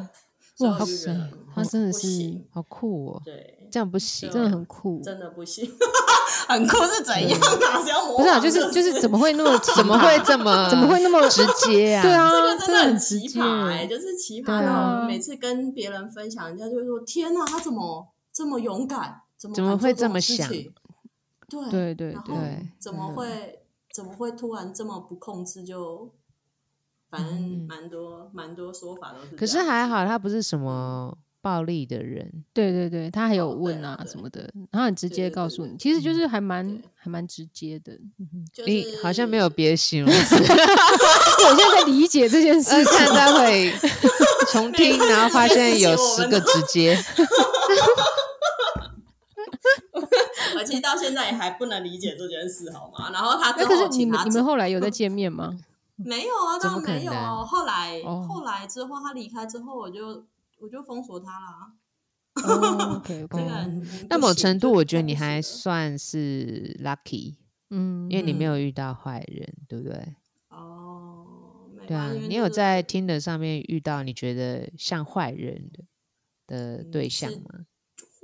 Speaker 3: 所以
Speaker 2: 哇
Speaker 3: 我就觉得
Speaker 2: 塞
Speaker 3: 嗯
Speaker 2: 他真的
Speaker 3: 不
Speaker 2: 是
Speaker 3: 行
Speaker 1: 好酷哦，
Speaker 3: 对，
Speaker 1: 这样不行
Speaker 2: 真的很酷。
Speaker 3: 真的不行， *laughs* 很酷是怎样啊？谁要模
Speaker 2: 不是啊，
Speaker 3: 仿
Speaker 2: 就
Speaker 3: 这
Speaker 2: 是
Speaker 3: 个
Speaker 2: 就是怎么会那么
Speaker 1: 怎么会这么
Speaker 2: 怎么会那么
Speaker 1: 直接啊？
Speaker 2: 对啊，
Speaker 3: *laughs* 这个
Speaker 2: 真
Speaker 3: 真的很
Speaker 2: 直
Speaker 3: 奇
Speaker 2: 接。
Speaker 3: 葩哎、就是奇葩
Speaker 2: 对
Speaker 3: 到
Speaker 2: 啊
Speaker 3: 每次跟别人分享，人家就会说：“天啊哪，他怎么这么勇敢？怎么
Speaker 1: 怎么
Speaker 3: 敢做
Speaker 1: 会
Speaker 3: 这
Speaker 1: 这
Speaker 3: 种
Speaker 1: 么
Speaker 3: 事
Speaker 1: 想
Speaker 3: 情？”对
Speaker 2: 对对
Speaker 3: 然后
Speaker 2: 对，
Speaker 3: 怎么
Speaker 2: 真的
Speaker 3: 会怎么会突然这么不控制就？反正蛮多蛮多说法都是这样。
Speaker 1: 嗯可是还好他不是什么暴力的人，
Speaker 2: 对对对，他还有
Speaker 3: 哦对
Speaker 2: 问
Speaker 3: 啦
Speaker 2: 啊
Speaker 3: 对
Speaker 2: 什么的，然后很直
Speaker 3: 对
Speaker 2: 接
Speaker 3: 对
Speaker 2: 告
Speaker 3: 对
Speaker 2: 诉
Speaker 3: 对
Speaker 2: 你，其实就是还蛮
Speaker 3: 对
Speaker 2: 还蛮直接的。
Speaker 3: 就
Speaker 1: 你
Speaker 3: 是
Speaker 1: 好像没有别的形容词，
Speaker 2: *laughs* 我现在在理解这件事
Speaker 1: *laughs* 呃，
Speaker 2: 情，
Speaker 1: 看待
Speaker 3: *laughs*
Speaker 1: 会重听，然后发现有十个直接，
Speaker 3: 我其实到现在也还不能理解这件事，好吗？然后他
Speaker 2: 那
Speaker 3: 之
Speaker 2: 哎可
Speaker 3: 后
Speaker 2: 是你
Speaker 3: 请
Speaker 2: 们
Speaker 3: 他
Speaker 2: 你
Speaker 3: 走
Speaker 2: 们后来有再见面吗？
Speaker 3: 没有啊，
Speaker 1: 怎
Speaker 3: 当
Speaker 1: 么
Speaker 3: 然没有
Speaker 1: 可
Speaker 3: 啊。
Speaker 1: 能
Speaker 3: 后来
Speaker 2: 哦
Speaker 3: 后来之后他离开之后，我就我就封锁他啦。
Speaker 2: 哦 OK
Speaker 3: 这
Speaker 2: OK，
Speaker 3: 个人嗯
Speaker 1: 那
Speaker 3: 不
Speaker 1: 某
Speaker 3: 行
Speaker 1: 程度
Speaker 3: 就
Speaker 1: 我觉得
Speaker 3: 太
Speaker 1: 你
Speaker 3: 不
Speaker 1: 还
Speaker 3: 行
Speaker 1: 算是 lucky，
Speaker 2: 嗯，
Speaker 1: 因为你没
Speaker 3: 嗯
Speaker 1: 有遇到坏人，对不对？
Speaker 3: 了哦，没
Speaker 1: 对啊
Speaker 3: 关系，因为
Speaker 1: 你
Speaker 3: 就
Speaker 1: 有
Speaker 3: 是
Speaker 1: 在听的上面遇到你觉得像坏人的的对象
Speaker 3: 是
Speaker 1: 吗？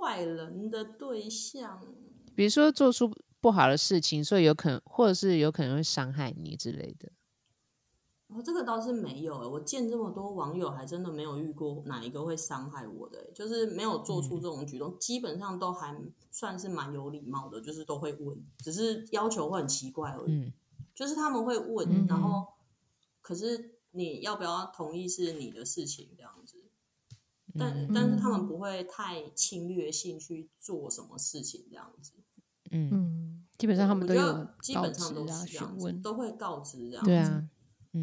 Speaker 3: 坏人的对象，
Speaker 1: 比如说做出不好的事情，所以有可能，或者是有可能会伤害你之类的。
Speaker 3: 哦，这个倒是没有欸、我见这么多网友，还真的没有遇过哪一个会伤害我的欸、就是没有
Speaker 2: 嗯
Speaker 3: 做出这种举动，基本上都还算是蛮有礼貌的，就是都会问，只是要求会很奇怪而已。
Speaker 1: 嗯，
Speaker 3: 就是他们会问，
Speaker 1: 嗯
Speaker 3: 然后可是你要不要同意是你的事情这样子，但、
Speaker 1: 嗯
Speaker 3: 但是他们不会太侵略性去做什么事情这样子。
Speaker 1: 嗯，
Speaker 2: 嗯，基本上他们
Speaker 3: 我
Speaker 2: 都
Speaker 3: 觉
Speaker 2: 有
Speaker 3: 得基
Speaker 2: 告
Speaker 3: 本上
Speaker 2: 知
Speaker 3: 都
Speaker 2: 啊、
Speaker 3: 是这
Speaker 2: 询
Speaker 3: 样子
Speaker 2: 问，。
Speaker 3: 都会告知这样子。
Speaker 1: 对啊，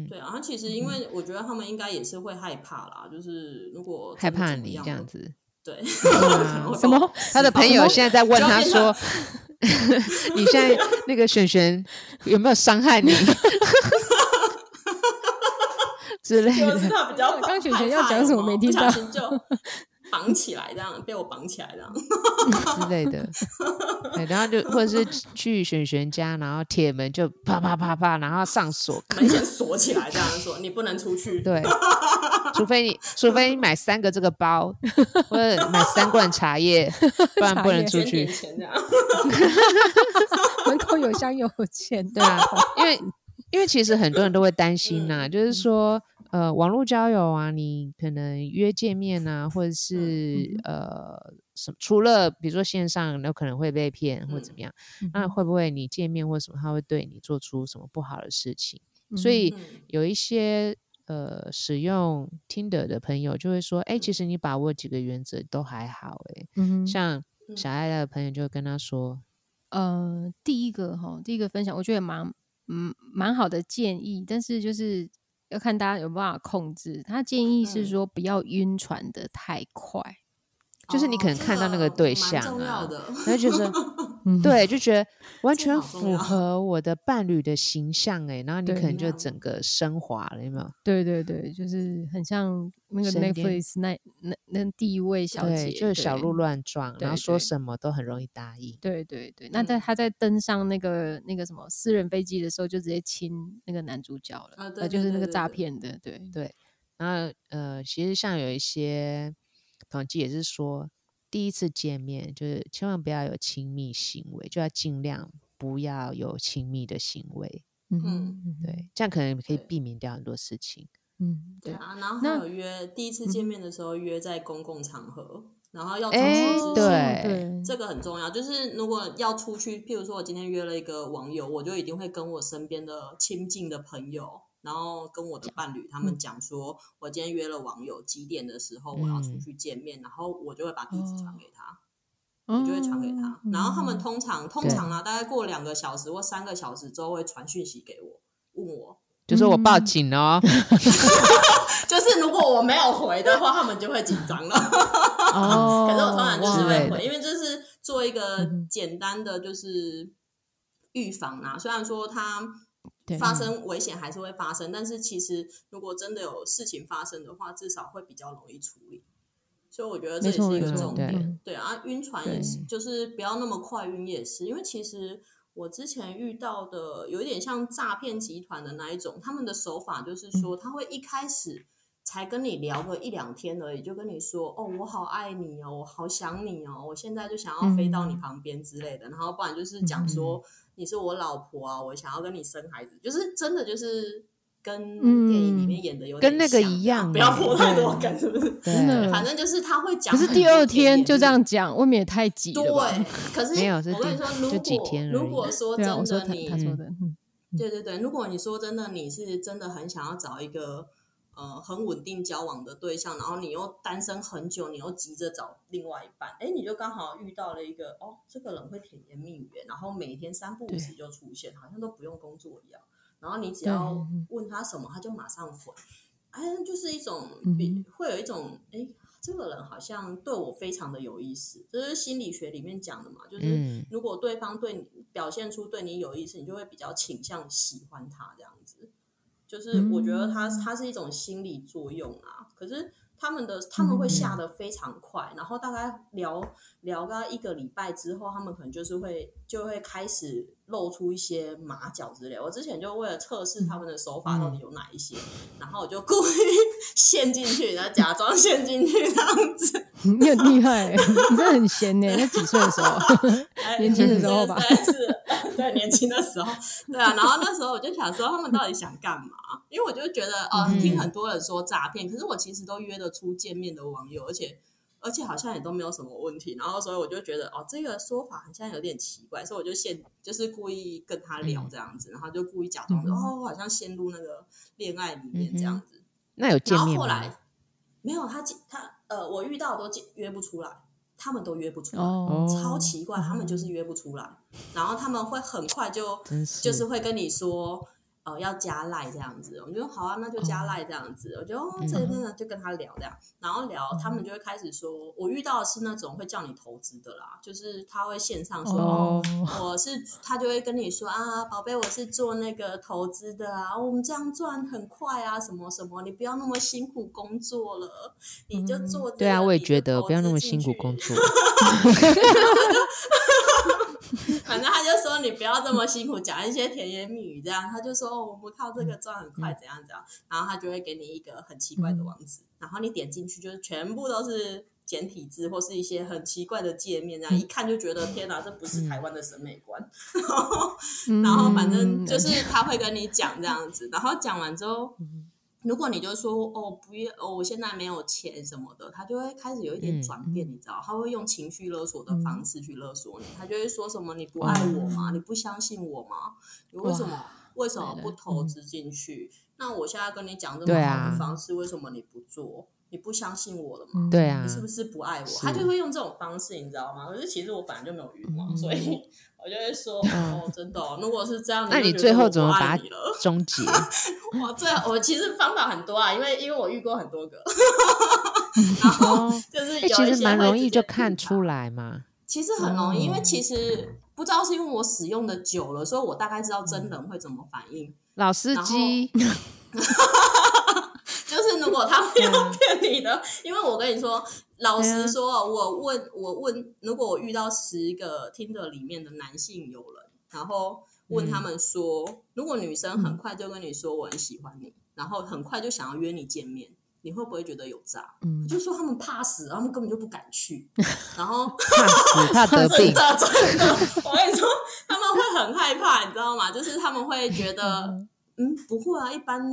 Speaker 3: 对啊，然后其实
Speaker 1: 嗯
Speaker 3: 因为我觉得他们应该也是会害怕啦，就是如果
Speaker 1: 害
Speaker 3: 真的
Speaker 1: 怕
Speaker 3: 怎么
Speaker 1: 你这
Speaker 3: 样
Speaker 1: 样
Speaker 3: 了， *laughs*
Speaker 1: 子。
Speaker 3: 对，
Speaker 1: 啊
Speaker 3: 我
Speaker 2: 什
Speaker 1: *laughs*
Speaker 2: 么？
Speaker 1: 他的朋友现在在问他说：“ *laughs* 你现在那个璇璇有没有伤害你 *laughs* 之类
Speaker 3: 就
Speaker 1: 的
Speaker 3: 是他比较
Speaker 2: 刚刚
Speaker 3: 害
Speaker 2: 雪
Speaker 3: 怕
Speaker 2: 雪要讲
Speaker 3: 有
Speaker 2: 什么
Speaker 3: 没
Speaker 2: 没
Speaker 3: 有
Speaker 2: 听
Speaker 3: 不小
Speaker 2: 到
Speaker 3: 心就绑起来这样，被我绑起来这样。
Speaker 1: 之类的？”对，然后就或者是去璇璇家，然后铁门就啪啪啪啪，然后上锁，
Speaker 3: 门先锁起来，这样说你不能出去。
Speaker 1: 对，除非你除非你买三个这个包，或者买三罐茶 *laughs* 叶，不然不能出
Speaker 3: 先点
Speaker 1: 去。
Speaker 3: 钱这样。嗯
Speaker 2: 门口有香有钱，
Speaker 1: 对
Speaker 2: *laughs*
Speaker 1: 啊，因为因为其实很多人都会担心
Speaker 2: 嗯
Speaker 1: 呐、就是说，呃，网络交友啊，你可能约见面啊，
Speaker 2: 嗯
Speaker 1: 或者是、呃什么，除了比如说线上，有可能会被骗或怎
Speaker 2: 嗯
Speaker 1: 么样，那会不会你见面或什么，他会对你做出什么不好的事情？所以
Speaker 3: 嗯
Speaker 1: 有一些呃使用 Tinder 的朋友就会说，哎、其实你把握几个原则都还好、欸，
Speaker 2: 嗯哼，
Speaker 1: 像
Speaker 3: 嗯
Speaker 1: 小爱的朋友就跟他说，
Speaker 2: 呃，第一个哈，第一个分享，我觉得蛮嗯蛮好的建议，但是就是要看大家有没有办法控制。他建议是
Speaker 3: 嗯
Speaker 2: 说不要晕船的太快，
Speaker 1: *laughs* 就是你可能看到那个对象
Speaker 3: 哦哦这个蛮重
Speaker 1: 啊
Speaker 3: 要的，
Speaker 1: 然后就说
Speaker 2: 嗯，
Speaker 1: 对，就觉得完
Speaker 3: 这
Speaker 1: 全
Speaker 3: 好重
Speaker 1: 符
Speaker 3: 要
Speaker 1: 合我的伴侣的形象哎、然后你
Speaker 2: 对
Speaker 1: 可能就
Speaker 3: 嗯
Speaker 1: 整个升华了，有没有？
Speaker 2: 对对对，就是很像那个
Speaker 1: 神殿
Speaker 2: Netflix 那那那第一位小姐，
Speaker 1: 对，就是小鹿
Speaker 2: 对
Speaker 1: 乱撞，然后
Speaker 2: 对
Speaker 1: 说
Speaker 2: 对
Speaker 1: 什么都很容易答应。
Speaker 2: 对对对，那在
Speaker 3: 嗯
Speaker 2: 他在登上那个那个什么私人飞机的时候，就直接亲那个男主角了，
Speaker 3: 啊对
Speaker 2: 呃
Speaker 3: 对
Speaker 2: 就是那
Speaker 3: 对
Speaker 2: 个
Speaker 3: 对
Speaker 2: 诈
Speaker 3: 对
Speaker 2: 骗的，对
Speaker 1: 然后呃，其实像有一些统计也是说，第一次见面就是千万不要有亲密行为，就要尽量不要有亲密的行为。
Speaker 2: 嗯
Speaker 3: 嗯
Speaker 2: 哼，
Speaker 1: 对，这样可能可以
Speaker 3: 对
Speaker 1: 避免掉很多事情。
Speaker 2: 嗯，
Speaker 3: 对
Speaker 2: 对，
Speaker 3: 啊，然后还
Speaker 2: 那
Speaker 3: 有约第一次
Speaker 1: 嗯
Speaker 3: 见面的时候约在公共场合，然后要出
Speaker 1: 哎
Speaker 3: 去之前，
Speaker 1: 对
Speaker 2: 哦对，
Speaker 3: 这个很重要。就是如果要出去，譬如说我今天约了一个网友，我就一定会跟我身边的亲近的朋友，然后跟我的伴侣他
Speaker 1: 嗯
Speaker 3: 们讲说，我今天约了网友几点的时候我要出
Speaker 1: 嗯哦
Speaker 3: 去见面，然后我就会把地址传给他。
Speaker 2: 我
Speaker 3: 我就会传给他。然后他们通常通
Speaker 1: 嗯对
Speaker 3: 常啊，大概过两个小时或三个小时之后会传讯息给我，问我。 *laughs*
Speaker 1: 就说我报
Speaker 2: 嗯
Speaker 1: 警哦，
Speaker 3: 就是如果我没有回的话，他们就会紧张了。
Speaker 2: 哦，
Speaker 3: 可是我通常就是
Speaker 2: 哇
Speaker 3: 会
Speaker 1: 哇
Speaker 3: 回，因为就是做一个
Speaker 2: 嗯哼
Speaker 3: 简单的就是预防啊。虽然说它
Speaker 2: 对
Speaker 3: 发生危险还是会发生，但是其实如果真的有事情发生的话，至少会比较容易处理。所以我觉得这
Speaker 2: 没
Speaker 3: 也
Speaker 2: 错
Speaker 3: 是一
Speaker 2: 没
Speaker 3: 个
Speaker 2: 错，
Speaker 3: 重点。
Speaker 2: 嗯
Speaker 3: 对啊，晕船也是，就是不要那么快晕也是，因为其实我之前遇到的有一点像诈骗集团的那一种，他们的手法就是
Speaker 2: 嗯
Speaker 3: 说，他会一开始才跟你聊个一两天而已，就跟你说，哦，我好爱你哦，我好想你哦，我现在就想要飞
Speaker 2: 嗯
Speaker 3: 到你旁边之类的，然后不然就是讲说你是我老婆啊，我想要跟你生孩子，就是真的就是跟
Speaker 2: 嗯
Speaker 3: 电影里面演的有点
Speaker 1: 跟那个
Speaker 3: 像
Speaker 1: 一样
Speaker 3: 不要
Speaker 1: 欸
Speaker 3: 破太
Speaker 2: 对
Speaker 3: 多梗，是不是？
Speaker 2: 真
Speaker 1: 对
Speaker 2: 的
Speaker 3: 反正就是他会讲
Speaker 2: 可
Speaker 3: 很多
Speaker 2: 是
Speaker 3: 甜言蜜语，
Speaker 2: 第二天就这样讲，未免也太急了吧？
Speaker 3: 对，可是
Speaker 1: 没有是
Speaker 3: 我跟你
Speaker 1: 第
Speaker 3: 说，如
Speaker 1: 就几
Speaker 3: 果
Speaker 1: 天而
Speaker 3: 如
Speaker 1: 已
Speaker 3: 果说
Speaker 2: 对啊，我说
Speaker 3: 真的
Speaker 2: 他
Speaker 3: 你，
Speaker 2: 他说的，嗯
Speaker 3: 对对对，如果你说真的你是真的很想要找一个呃很稳定交往的对象，然后你又单身很久，你又急着找另外一半，哎，你就刚好遇到了一个哦，这个人会甜言蜜语，然后每天三不五时就出现，好像都不用工作一样，然后你只要
Speaker 2: 对嗯
Speaker 3: 问他什么，他就马上回。哎，就是一种
Speaker 2: 嗯
Speaker 3: 比会有一种哎，这个人好像对我非常的有意思，这是心理学里面讲的嘛，就是
Speaker 1: 嗯
Speaker 3: 如果对方对你表现出对你有意思，你就会比较倾向喜欢他这样子。就是我觉得它它是一种心理作用啊，可是他们的他们会下的非常快，然后大概聊聊个一个礼拜之后，他们可能就是会就会开始露出一些马脚之类。我之前就为了测试他们的手法到底有哪一些，然后我就故意 *laughs* 陷进去，然后假装陷进去这样子。
Speaker 2: 嗯你很厉害，你真的很闲呢。那几岁的时候？
Speaker 3: *laughs* 哎
Speaker 2: 年轻的时候吧
Speaker 3: 对是， *laughs* 对，年轻的时候，对啊。然后那时候我就想说，他们到底想干嘛？因为我就觉得，哦，
Speaker 1: 嗯
Speaker 3: 听很多人说诈骗，可是我其实都约得出见面的网友，而且而且好像也都没有什么问题。然后所以我就觉得，哦，这个说法好像有点奇怪，所以我就陷，就是故意跟他聊这样子，然后就故意假装说，
Speaker 2: 嗯
Speaker 3: 哦，我好像陷入那个恋爱里面这样子。
Speaker 1: 那有见
Speaker 3: 然后
Speaker 1: 面
Speaker 3: 后
Speaker 1: 吗？
Speaker 3: 来没有他见，他呃，我遇到的都见约不出来，他们都约不出来。
Speaker 2: 哦，
Speaker 3: 超奇怪，他们就是约不出来，然后他们会很快就
Speaker 1: 真是
Speaker 3: 就是会跟你说，呃，要加赖这样子。我就说好啊，那就加赖这样子。我就哦，这
Speaker 1: 嗯
Speaker 3: 真的就跟他聊这样，然后聊，他们就会开始说，我遇到的是那种会叫你投资的啦，就是他会线上说，
Speaker 2: 哦
Speaker 3: 哦，我是他就会跟你说啊，宝贝，我是做那个投资的啊，我们这样赚很快啊，什么什么，你不要那么辛苦工作了，你就做、这
Speaker 1: 对啊，
Speaker 3: 个
Speaker 1: 我也
Speaker 3: 你就
Speaker 1: 觉得
Speaker 3: 投
Speaker 1: 不要那
Speaker 3: 资
Speaker 1: 么
Speaker 3: 进
Speaker 1: 辛苦
Speaker 3: 去
Speaker 1: 工作。
Speaker 3: *laughs* 反正他就说你不要这么辛苦，讲一些甜言蜜语这样。他就说、哦、我们靠这个赚很快，怎样怎样。然后他就会给你一个很奇怪的网址，然后你点进去就是全部都是简体字或是一些很奇怪的界面，这样一看就觉得天哪，这不是台湾的审美观。然后反
Speaker 2: 嗯
Speaker 1: 嗯
Speaker 3: 正就是他会跟你讲这样子，然后讲完之后，如果你就说哦不要哦，我现在没有钱什么的，他就会开始有一点
Speaker 1: 嗯
Speaker 3: 转变，你知道，他会用情绪勒索的方式去勒索你，他就会说什么你不爱我吗？你不相信我吗？你为什么为什么不投资进去？那我现在跟你讲这
Speaker 1: 嗯对
Speaker 3: 么
Speaker 1: 啊
Speaker 3: 好的方式，为什么你不做？你不相信我了吗？
Speaker 2: 嗯
Speaker 1: 对啊
Speaker 3: 你，是不是不爱我？
Speaker 1: 是
Speaker 3: 他就会用这种方式，你知道吗？可是其实我本来就没有欲
Speaker 1: 嗯
Speaker 3: 望，所以我就会说，哦，真的哦、如果是这样，
Speaker 1: 那
Speaker 3: 你
Speaker 1: 你
Speaker 3: 就
Speaker 1: 最
Speaker 3: 觉得
Speaker 1: 后
Speaker 3: 我
Speaker 1: 怎么
Speaker 3: 不爱
Speaker 1: 把它
Speaker 3: 你了？
Speaker 1: 终结？
Speaker 3: 哇，这我其实方法很多啊，因为因为我遇过很多个，
Speaker 1: 哦，
Speaker 3: *laughs* 就是有
Speaker 1: 哎
Speaker 3: 一
Speaker 1: 其
Speaker 3: 些
Speaker 1: 实蛮
Speaker 3: 会
Speaker 1: 容易
Speaker 3: 直接
Speaker 1: 就
Speaker 3: 批
Speaker 1: 看
Speaker 3: 判
Speaker 1: 出来嘛。
Speaker 3: 其实很容易，因为
Speaker 1: 哦
Speaker 3: 其实不知道是因为我使用的久了，所以我大概知道真人会怎么反应。
Speaker 1: 老司
Speaker 3: 然后 *laughs*
Speaker 1: 机，
Speaker 3: 就是如果他没有
Speaker 1: 对啊
Speaker 3: 骗你的，因为我跟你说，老实说，我问我问，如果我遇到十个听的里面的男性友人，然后问他们说，如果女生很快就跟你说我很喜欢你，然后很快就想要约你见面，你会不会觉得有诈？
Speaker 2: 嗯
Speaker 3: 我就说他们怕死，他们根本就不敢去，然后。
Speaker 1: 怕死怕得
Speaker 3: 真 *laughs*
Speaker 1: 病，
Speaker 3: 的真的，我跟你说，他们会很害怕，你知道吗？就是他们会觉得，嗯，不会啊，一般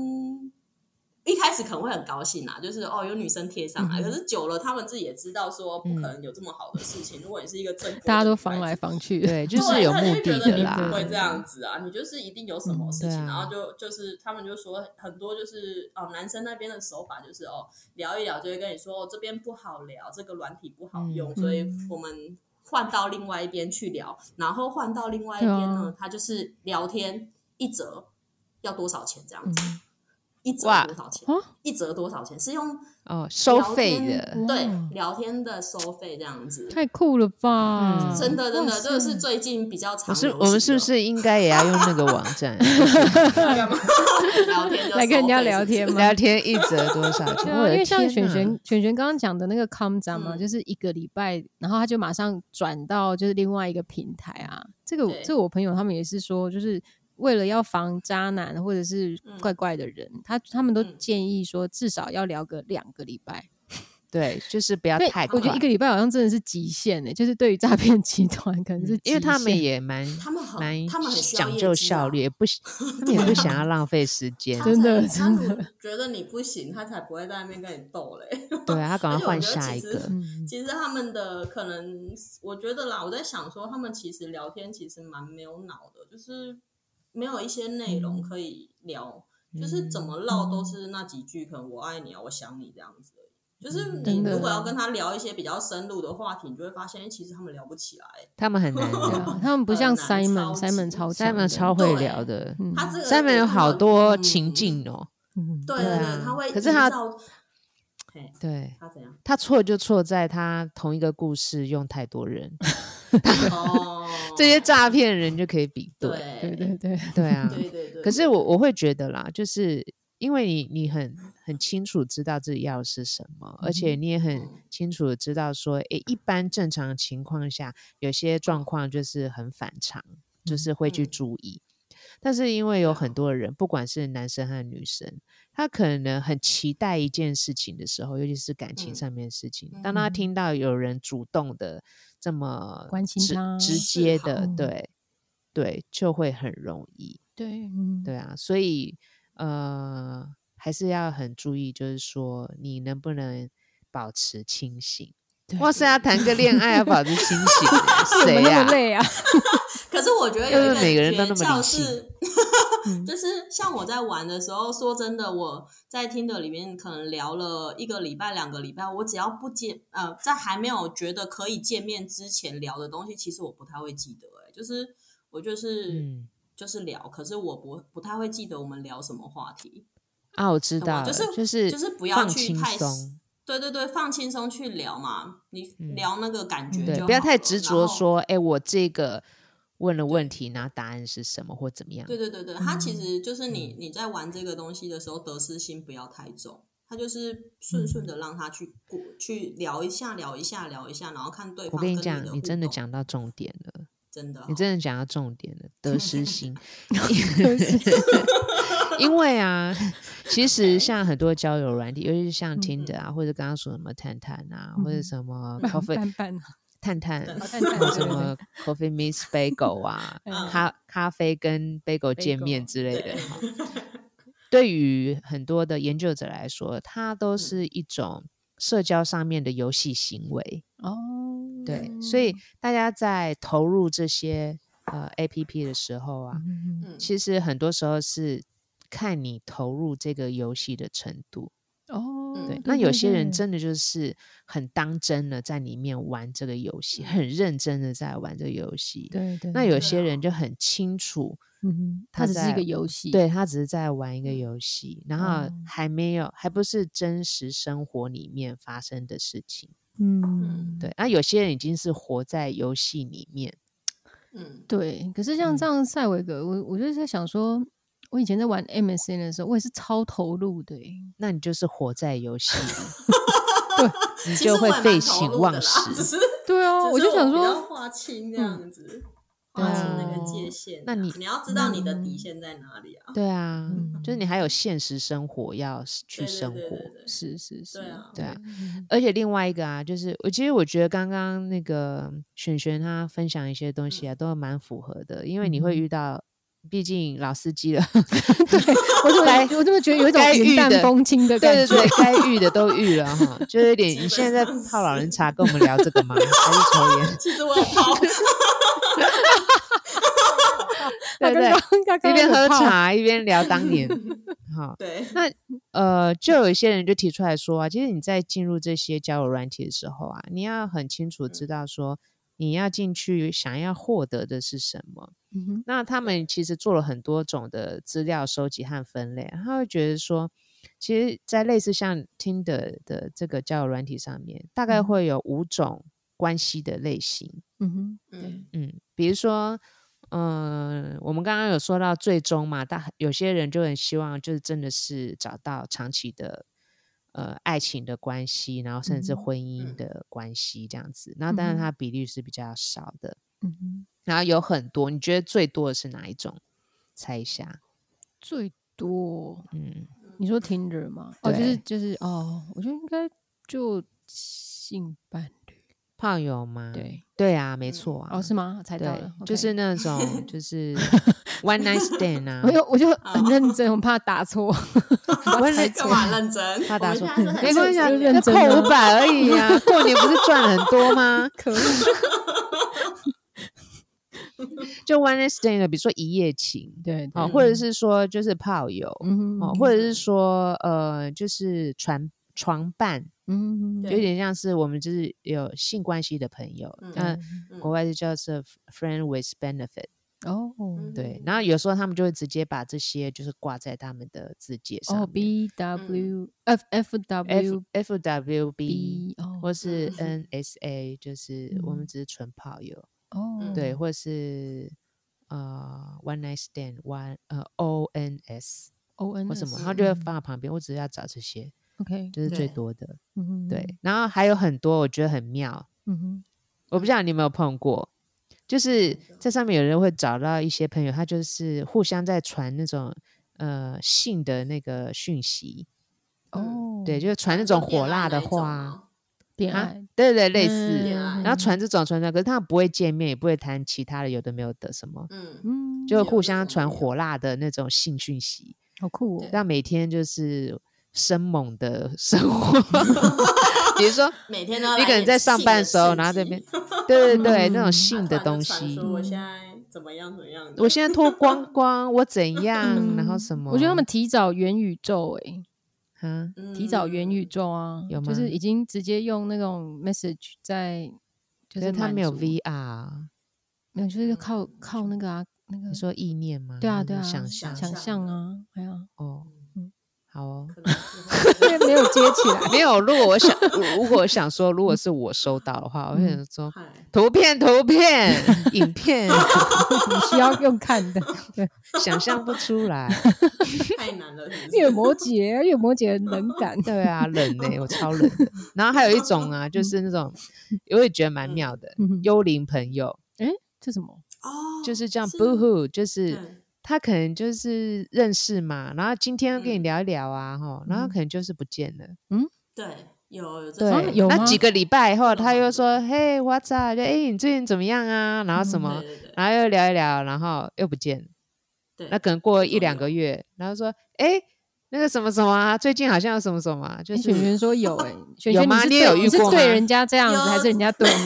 Speaker 3: 一开始可能会很高兴啊，就是哦，有女生贴上
Speaker 2: 嗯
Speaker 3: 来，可是久了，他们自己也知道说不可能有这么好的事情。如果你是一个真，
Speaker 2: 大家都防来。防去，
Speaker 1: 对，就
Speaker 3: 对
Speaker 1: 是有
Speaker 3: 他就
Speaker 1: 目
Speaker 3: 会觉
Speaker 1: 的
Speaker 3: 得
Speaker 1: 的
Speaker 3: 你
Speaker 1: 啦
Speaker 3: 不。会这样子啊，你就是一定有什么事
Speaker 1: 嗯
Speaker 3: 情，
Speaker 1: 对啊
Speaker 3: 然后就就是他们就说很多就是哦，男生那边的手法就是哦，聊一聊就会跟你说哦，这边不好聊，这个软体不好用，
Speaker 1: 嗯
Speaker 3: 所以我们换到另外一边去聊，然后换到另外一边
Speaker 2: 对
Speaker 1: 啊
Speaker 3: 呢，他就是聊天一折要多少钱这
Speaker 1: 嗯
Speaker 3: 样子，一折
Speaker 1: 哇
Speaker 3: 多少钱
Speaker 2: 啊？
Speaker 3: 一折多少钱？是用
Speaker 1: 哦，收费
Speaker 3: 聊天
Speaker 1: 的，
Speaker 3: 对
Speaker 2: 哇
Speaker 3: 聊天的收费这样子。
Speaker 2: *laughs* 太酷了吧！
Speaker 1: 嗯
Speaker 3: 真的，真的，这个是
Speaker 2: 哇塞
Speaker 3: 最近比较常
Speaker 1: 我是
Speaker 3: 流
Speaker 1: 我们
Speaker 3: 行
Speaker 1: 是不
Speaker 3: 的
Speaker 1: 是应该也要用那个网
Speaker 3: *laughs*
Speaker 1: 站啊
Speaker 3: 干嘛？聊天就
Speaker 2: 来跟人家聊
Speaker 3: 收费
Speaker 2: 天
Speaker 3: 是不是
Speaker 2: 吗？
Speaker 1: *laughs* 聊天一折多少
Speaker 2: 对
Speaker 1: 钱？我
Speaker 2: 啊，因为
Speaker 1: 的
Speaker 2: 像
Speaker 1: 天
Speaker 2: 璇璇
Speaker 1: 呐！
Speaker 2: 璇璇刚刚讲的那个 Com 展嘛，
Speaker 3: 嗯
Speaker 2: 就是一个礼拜，然后他就马上转到就是另外一个平台啊。这个我
Speaker 3: 对
Speaker 2: 这个我朋友他们也是说，就是为了要防渣男或者是怪怪的人，他他们都
Speaker 3: 嗯
Speaker 2: 建议说至少要聊个两个礼拜。
Speaker 1: 对，就是不要
Speaker 2: 对
Speaker 1: 太，快
Speaker 2: 我觉得一，个礼拜好像真的是极限呢、欸就是对于
Speaker 3: 嗯
Speaker 2: 诈骗集团可能是极限、
Speaker 1: 嗯因为他们也蛮
Speaker 3: 他们很
Speaker 1: 蛮
Speaker 3: 他们很需要
Speaker 1: 讲
Speaker 3: 业
Speaker 1: 究
Speaker 3: 绩
Speaker 1: 效
Speaker 3: 啊
Speaker 1: 率，也不
Speaker 3: *laughs*
Speaker 1: 他们也不想要浪费时间
Speaker 3: 他，
Speaker 2: 真的
Speaker 3: 才
Speaker 2: 真的，
Speaker 3: 他觉得你不行，他才不会在那边跟你斗嘞。 *laughs*
Speaker 1: 对啊，他赶快
Speaker 3: 而且我
Speaker 1: 换
Speaker 3: 觉得
Speaker 1: 下一
Speaker 3: 其实
Speaker 1: 个。
Speaker 2: 嗯
Speaker 3: 其实他们的可能，我觉得啦，我在想说，他们其实聊天其实蛮没有脑的，就是没有一些内
Speaker 2: 嗯
Speaker 3: 容可以聊，就是怎么唠都是那几句，可能我爱你啊，我想你这样子而已。就是你
Speaker 2: 真的
Speaker 3: 如果要跟他聊一些比他深入的话题，你就会发现，哎其实他们聊不起来。
Speaker 1: 他们很难
Speaker 3: *laughs*
Speaker 2: 对
Speaker 1: 聊
Speaker 2: 啊，他们不像
Speaker 3: 很难
Speaker 2: Simon
Speaker 3: 超
Speaker 2: Simon 超
Speaker 3: 级
Speaker 2: 强的
Speaker 1: Simon 超会
Speaker 3: 对
Speaker 1: 聊的
Speaker 2: 嗯
Speaker 3: 他这个
Speaker 1: ，Simon 有好多情，
Speaker 3: 嗯
Speaker 1: 境哦。
Speaker 2: 嗯
Speaker 3: 对
Speaker 1: 对
Speaker 3: 对
Speaker 1: 啊
Speaker 3: 对，他会
Speaker 1: 可
Speaker 3: 营
Speaker 1: 是他
Speaker 3: 造，嘿，
Speaker 1: 对
Speaker 3: 他
Speaker 1: *laughs*
Speaker 3: 怎样？
Speaker 1: 他错就错在他同一个故事用太多人，，
Speaker 3: 哦
Speaker 1: 这些诈骗人就可以比对。
Speaker 2: 对
Speaker 3: 对
Speaker 2: 对对，
Speaker 1: 对啊，
Speaker 3: 对对对。
Speaker 1: 可是我我会觉得啦，就是因为你你很很清楚知道自己要的是什么，而且
Speaker 3: 嗯
Speaker 1: 你也很清楚地知道说，诶，一般正常情况下，有些状况就是很反常，就是会去
Speaker 3: 嗯
Speaker 1: 注意。但是因为有
Speaker 3: 对啊
Speaker 1: 很多人，不管是男生和女生，他可能很期待一件事情的时候，尤其是感情
Speaker 3: 嗯
Speaker 1: 上面的事情，
Speaker 3: 嗯
Speaker 1: 当他听到有人主动的这么
Speaker 2: 关心
Speaker 1: 直
Speaker 2: 他
Speaker 1: 直
Speaker 3: 示
Speaker 1: 接
Speaker 3: 好
Speaker 1: 的，
Speaker 2: 嗯
Speaker 1: 对对，就会很容易。
Speaker 2: 对，嗯，
Speaker 1: 对啊，所以呃，还是要很注意，就是说你能不能保持清醒。
Speaker 2: 对
Speaker 1: 哇塞，要谈个恋爱要保持清醒欸，
Speaker 3: *laughs*
Speaker 2: 怎么
Speaker 1: 谁
Speaker 2: 那
Speaker 1: 呀
Speaker 2: 么、累啊？
Speaker 3: 可是我觉得
Speaker 1: 要
Speaker 3: 有
Speaker 1: 不
Speaker 3: 一
Speaker 1: 每个人都那么
Speaker 3: 诀
Speaker 1: 理
Speaker 3: 窍
Speaker 1: 性
Speaker 3: 是
Speaker 2: *laughs* 嗯，
Speaker 3: 就是像我在玩的时候，说真的，我在听的里面可能聊了一个礼拜、两个礼拜，我只要不见呃，在还没有觉得可以见面之前聊的东西，其实我不太会记得、欸，就是我就是、
Speaker 1: 嗯
Speaker 3: 就是聊，可是我不不太会记得我们聊什么话题。
Speaker 1: 啊，我知
Speaker 3: 懂吗
Speaker 1: 道了，
Speaker 3: 就是
Speaker 1: 就是
Speaker 3: 就是不要
Speaker 1: 放
Speaker 3: 去
Speaker 1: 轻
Speaker 3: 太
Speaker 1: 松，
Speaker 3: 对对对，放轻松去聊嘛，你
Speaker 1: 嗯
Speaker 3: 聊那个感觉就
Speaker 1: 对，
Speaker 3: 好
Speaker 1: 不要太
Speaker 3: 了
Speaker 1: 执
Speaker 3: 然
Speaker 1: 着
Speaker 3: 后
Speaker 1: 说，哎、我这个问了问题，然后答案是什么或怎么样
Speaker 3: 对。对对对，它
Speaker 1: 嗯
Speaker 3: 其实就是你你在玩这个东西的时候，得失心不要太重，它就是顺
Speaker 1: 嗯
Speaker 3: 顺的让他去过去聊一下，聊一下，聊一下，然后看对
Speaker 1: 我
Speaker 3: 方
Speaker 1: 跟
Speaker 3: 跟
Speaker 1: 你
Speaker 3: 的
Speaker 1: 讲，你
Speaker 3: 互
Speaker 1: 真的
Speaker 3: 动
Speaker 1: 讲到重点了，
Speaker 3: 真的哦，
Speaker 1: 你真的讲到重点了，得失心。
Speaker 2: 对不起
Speaker 1: *laughs* 因为啊，其实像很多交友软体，尤其是像
Speaker 2: 嗯
Speaker 1: Tinder 啊，或者刚刚说什么探探啊，或者
Speaker 2: 嗯
Speaker 1: 什么
Speaker 2: 半
Speaker 1: Coffee
Speaker 2: 半半，
Speaker 1: 探探，
Speaker 2: 好像
Speaker 1: 或者什么 Coffee Miss Bagel 啊，
Speaker 3: 嗯
Speaker 1: 咖咖啡跟 Bagel 见
Speaker 2: Bagel，
Speaker 1: 面之类的
Speaker 3: 对
Speaker 1: 哈。对于很多的研究者来说，它都是一种社交上面的游戏行为。
Speaker 2: 哦，
Speaker 1: 对，所以大家在投入这些呃 A P P 的时候啊，
Speaker 2: 嗯
Speaker 3: 嗯
Speaker 1: 其实很多时候是看你投入这个游戏的程度。
Speaker 2: 哦，
Speaker 3: 嗯
Speaker 1: 对，
Speaker 3: 对
Speaker 1: 那有些人
Speaker 2: 对
Speaker 1: 真的就是很当真的在里面玩这个游戏，很认真的在玩这个游戏。
Speaker 2: 对对，
Speaker 1: 那
Speaker 2: 对
Speaker 1: 有
Speaker 3: 对
Speaker 1: 些
Speaker 3: 啊
Speaker 1: 人就很清楚，
Speaker 2: 嗯哼，它
Speaker 1: 他
Speaker 2: 只是一
Speaker 1: 在
Speaker 2: 个游戏，
Speaker 1: 对他只是在玩一个游戏，然后
Speaker 2: 嗯
Speaker 1: 还没有，还不是真实生活里面发生的事情。
Speaker 2: 嗯，
Speaker 1: 对，那有些人已经是活在游戏里面，
Speaker 3: 嗯，
Speaker 2: 对。可是像这样塞维格，我我就在想说，我以前在玩 MSN 的时候，我也是超投入的欸、
Speaker 1: 那你就是活在游戏
Speaker 3: *laughs*
Speaker 1: 里，你
Speaker 3: 其
Speaker 1: 就
Speaker 3: 实
Speaker 1: 会
Speaker 3: 我也
Speaker 1: 废
Speaker 3: 蛮投
Speaker 1: 寝
Speaker 3: 入的
Speaker 1: 忘
Speaker 3: 啦
Speaker 1: 食。哦
Speaker 3: 只是
Speaker 2: 对啊，
Speaker 3: 只
Speaker 2: 我
Speaker 3: 是
Speaker 2: 就想
Speaker 3: 比较
Speaker 2: 说，
Speaker 3: 划清这样子，
Speaker 2: 对
Speaker 3: 划清那
Speaker 1: 嗯啊
Speaker 3: 个界限啊。
Speaker 1: 那你嗯
Speaker 3: 你要知道你的底线在哪里啊？
Speaker 1: 对啊，就是
Speaker 2: 嗯
Speaker 1: 你还有现实生活要是去
Speaker 3: 对对
Speaker 1: 生
Speaker 3: 对
Speaker 1: 活
Speaker 3: 对。对
Speaker 2: 是是是，
Speaker 3: 对啊
Speaker 1: 对啊
Speaker 2: 嗯
Speaker 1: 而且另外一个啊，就是我其实我觉得刚刚那个璇璇她分享一些东西
Speaker 3: 嗯
Speaker 1: 啊，都蛮符合的，因为你会
Speaker 2: 嗯哼
Speaker 1: 遇到，毕竟老司机
Speaker 3: *laughs*
Speaker 1: 了，
Speaker 2: 我怎么我怎么觉得有一种
Speaker 1: 该遇
Speaker 2: 云淡
Speaker 1: 的
Speaker 2: 风轻的感
Speaker 1: 对对
Speaker 2: 觉？
Speaker 1: 对，该
Speaker 3: *laughs*
Speaker 1: 遇的都遇了哈，就是有点
Speaker 3: 基
Speaker 1: 你
Speaker 3: 本
Speaker 1: 现在在
Speaker 3: 上是
Speaker 1: 泡老人茶跟我们聊这个吗？还是
Speaker 3: *laughs*
Speaker 1: 抽烟？ *laughs*
Speaker 3: 其实我有泡，
Speaker 2: *laughs* 他
Speaker 1: 对对
Speaker 2: 刚刚刚刚
Speaker 1: 一边
Speaker 2: 有
Speaker 1: 喝
Speaker 2: 泡，
Speaker 1: 茶一边聊当年，好， *laughs*
Speaker 3: 对，
Speaker 1: 呃，就有一些人就提出来说啊，其实你在进入这些交友软体的时候啊，你要很清楚知道说你要进去想要获得的是什么。
Speaker 2: 嗯哼
Speaker 1: 那他们其实做了很多种的资料收集和分类，他会觉得说，其实，在类似像 Tinder 的这个交友软体上面，大概
Speaker 2: 嗯
Speaker 1: 会有五种关系的类型。
Speaker 2: 嗯哼，
Speaker 3: 嗯，
Speaker 1: 嗯，比如说，嗯、我们刚刚有说到最终嘛，但有些人就很希望，就是真的是找到长期的呃爱情的关系，然后甚至
Speaker 2: 嗯哼
Speaker 1: 婚姻
Speaker 3: 嗯
Speaker 1: 的关系这样子。那当
Speaker 2: 嗯
Speaker 1: 然，
Speaker 2: 哼
Speaker 1: 它比率是比较少的。
Speaker 2: 嗯哼，
Speaker 1: 然后有很多，你觉得最多的是哪一种？猜一下。
Speaker 2: 最多
Speaker 1: 嗯，
Speaker 2: 你说 Tinder 吗？哦，就
Speaker 1: 对
Speaker 2: 是就是哦，我觉得应该就性伴侣，
Speaker 1: 炮友吗？
Speaker 2: 对，
Speaker 1: 对啊，没
Speaker 3: 嗯
Speaker 1: 错啊。
Speaker 2: 哦是吗？猜到
Speaker 1: 对
Speaker 2: 了，
Speaker 1: 就
Speaker 2: OK
Speaker 1: 是那种就是 one night stand 啊
Speaker 2: *laughs* 我，就
Speaker 1: *laughs*
Speaker 2: 我就很认真，我怕打错。 *laughs*
Speaker 1: 我也
Speaker 3: 干嘛
Speaker 1: *laughs*
Speaker 3: 认真？
Speaker 1: 怕打错
Speaker 3: 我们现
Speaker 1: 没关
Speaker 3: 在是很
Speaker 1: 系啊，
Speaker 2: 就
Speaker 3: 认真
Speaker 2: 认
Speaker 1: 那
Speaker 2: 真
Speaker 1: 扣
Speaker 2: 啊
Speaker 1: 五百而已啊。过年不是赚很多吗？
Speaker 2: *laughs* 可恶！
Speaker 1: *laughs* 就 one night stand 的，比如说一夜情，
Speaker 2: 对对
Speaker 1: 哦，
Speaker 3: 嗯
Speaker 1: 或者是说就是炮友，
Speaker 2: 嗯
Speaker 1: 哦，或者是说呃，就是船床伴，
Speaker 2: 嗯，
Speaker 1: 有
Speaker 3: 对
Speaker 1: 点像是我们就是有性关系的朋友，
Speaker 3: 嗯
Speaker 1: 那
Speaker 3: 嗯
Speaker 1: 国外就叫做 friend with benefit，
Speaker 2: 哦
Speaker 1: 对
Speaker 3: 嗯，
Speaker 1: 然后有时候他们就会直接把这些就是挂在他们的字节上
Speaker 2: 哦
Speaker 1: 面
Speaker 2: ，B W F F
Speaker 1: 嗯，F
Speaker 2: W
Speaker 1: F W B。
Speaker 2: B 哦
Speaker 1: 或是
Speaker 3: 嗯
Speaker 1: NSA，就是我们
Speaker 2: 嗯
Speaker 1: 只是纯炮友，
Speaker 2: 哦
Speaker 1: 对，或是呃 one night stand one 呃 O N S
Speaker 2: O N
Speaker 1: 或什么，他就会放在旁边。我只是要找这些，
Speaker 2: OK
Speaker 1: 这是最
Speaker 3: 对
Speaker 1: 多的。
Speaker 2: 嗯哼
Speaker 1: 对，然后还有很多我觉得很妙，
Speaker 2: 嗯哼
Speaker 1: 我不知道你有没有碰过，就是在上面有人会找到一些朋友，他就是互相在传那种呃性的那个讯息，
Speaker 2: 哦
Speaker 1: 对，就是传那种火辣的话啊，
Speaker 3: 啊，
Speaker 2: 恋
Speaker 1: 啊
Speaker 2: 爱
Speaker 1: 对对类
Speaker 2: 嗯
Speaker 1: 似。
Speaker 3: 恋爱
Speaker 1: 然后传这种传传，可是他们不会见面，也不会谈其他的，有的没有的什么，
Speaker 3: 嗯，
Speaker 2: 嗯
Speaker 1: 就
Speaker 3: 有
Speaker 1: 互
Speaker 3: 那
Speaker 1: 相
Speaker 3: 种
Speaker 1: 传
Speaker 3: 也有
Speaker 1: 火辣的那种性讯息，
Speaker 2: 好酷哦
Speaker 3: 对
Speaker 1: 让每天就是生猛的生活。 *laughs* 比如说，
Speaker 3: 每天都要
Speaker 1: 你
Speaker 3: 来
Speaker 1: 可能
Speaker 3: 点
Speaker 1: 在上
Speaker 3: 性
Speaker 1: 班
Speaker 3: 的
Speaker 1: 的时候，
Speaker 3: 刺
Speaker 1: 然后这
Speaker 3: 激
Speaker 1: 边，对对对，那种
Speaker 2: 嗯
Speaker 1: 性
Speaker 3: 他
Speaker 1: 的
Speaker 3: *laughs* 突然
Speaker 1: 东
Speaker 3: 就传
Speaker 1: 西
Speaker 3: 说，我现在怎么样怎么样的？
Speaker 1: 我现在脱
Speaker 2: *laughs*
Speaker 1: 光光，我怎样，然后
Speaker 2: 嗯
Speaker 1: 什么？
Speaker 2: 我觉得他们提早元宇宙欸诶，
Speaker 1: 啊，
Speaker 3: 在
Speaker 2: 提早元
Speaker 3: *laughs*
Speaker 2: 宇，宙啊，
Speaker 1: 有
Speaker 2: 就
Speaker 1: 吗
Speaker 2: 是已经直接用那种 message 在就
Speaker 1: 可
Speaker 2: 是
Speaker 1: 是他
Speaker 2: 满
Speaker 1: 没有
Speaker 2: 足
Speaker 1: VR，
Speaker 2: 没有就是靠靠那个啊那个
Speaker 1: 你说意念吗？
Speaker 2: 对啊
Speaker 1: 还是
Speaker 2: 对啊
Speaker 1: 想
Speaker 3: 想
Speaker 1: 象
Speaker 2: 想
Speaker 3: 象
Speaker 2: 象
Speaker 3: 的
Speaker 2: 啊，哎
Speaker 1: *laughs*
Speaker 2: 呀，
Speaker 1: 哦
Speaker 2: 嗯，
Speaker 1: 好哦。 *laughs*
Speaker 3: 可能
Speaker 2: 因为
Speaker 3: 之后
Speaker 2: 没有接起来。
Speaker 1: 没有，如果我想，如果我想说，如果是我收到的话，我
Speaker 2: 嗯
Speaker 1: 会想说，
Speaker 3: 嗨
Speaker 1: 图片、
Speaker 2: *laughs*
Speaker 1: 图片、影片，
Speaker 2: 你需要用看的。对，
Speaker 1: 想象不出来。
Speaker 3: 太难了，
Speaker 1: *laughs*
Speaker 3: 是不
Speaker 2: 月
Speaker 3: 是
Speaker 2: 摩羯，月摩羯很冷感。 *laughs*
Speaker 1: 对啊，冷呢、我超冷的。然后还有一种啊，就是那种我也觉得蛮
Speaker 3: 嗯
Speaker 1: 妙的，
Speaker 2: 嗯哼
Speaker 1: 幽灵朋友，
Speaker 2: 这什么？
Speaker 3: 哦，
Speaker 1: 就是这样
Speaker 3: 是
Speaker 1: boohoo，就是。
Speaker 3: 嗯
Speaker 1: 他可能就是认识嘛，然后今天跟你
Speaker 3: 嗯
Speaker 1: 聊一聊啊，哈、然后
Speaker 2: 嗯
Speaker 1: 可能就是不见了，
Speaker 3: 对，有有这
Speaker 1: 对，
Speaker 2: 啊
Speaker 3: 种
Speaker 2: 有
Speaker 1: 那
Speaker 2: 吗
Speaker 1: 几个礼拜后，
Speaker 3: 这种
Speaker 1: 他又
Speaker 3: 蛮
Speaker 1: 说，嘿，what's up？就哎、你最近怎么样啊？然后什
Speaker 2: 嗯
Speaker 1: 么，
Speaker 3: 对对对
Speaker 1: 然后又聊一聊，然后又不见了。
Speaker 3: 对，
Speaker 1: 那可能过一
Speaker 3: 种
Speaker 1: 两
Speaker 3: 有
Speaker 1: 个月，然后说，哎、那个什么什么啊，最近好像有什么什么啊，就
Speaker 2: 哎
Speaker 1: 是
Speaker 2: 璇璇说
Speaker 1: *laughs*
Speaker 2: 有哎、璇
Speaker 1: 有
Speaker 2: 璇
Speaker 1: 吗
Speaker 2: 是
Speaker 1: 你也
Speaker 2: 对
Speaker 1: 有遇
Speaker 2: 是
Speaker 1: 过
Speaker 2: 对
Speaker 1: 吗
Speaker 2: 人家这样子，还是人家对
Speaker 1: *laughs*
Speaker 2: 你？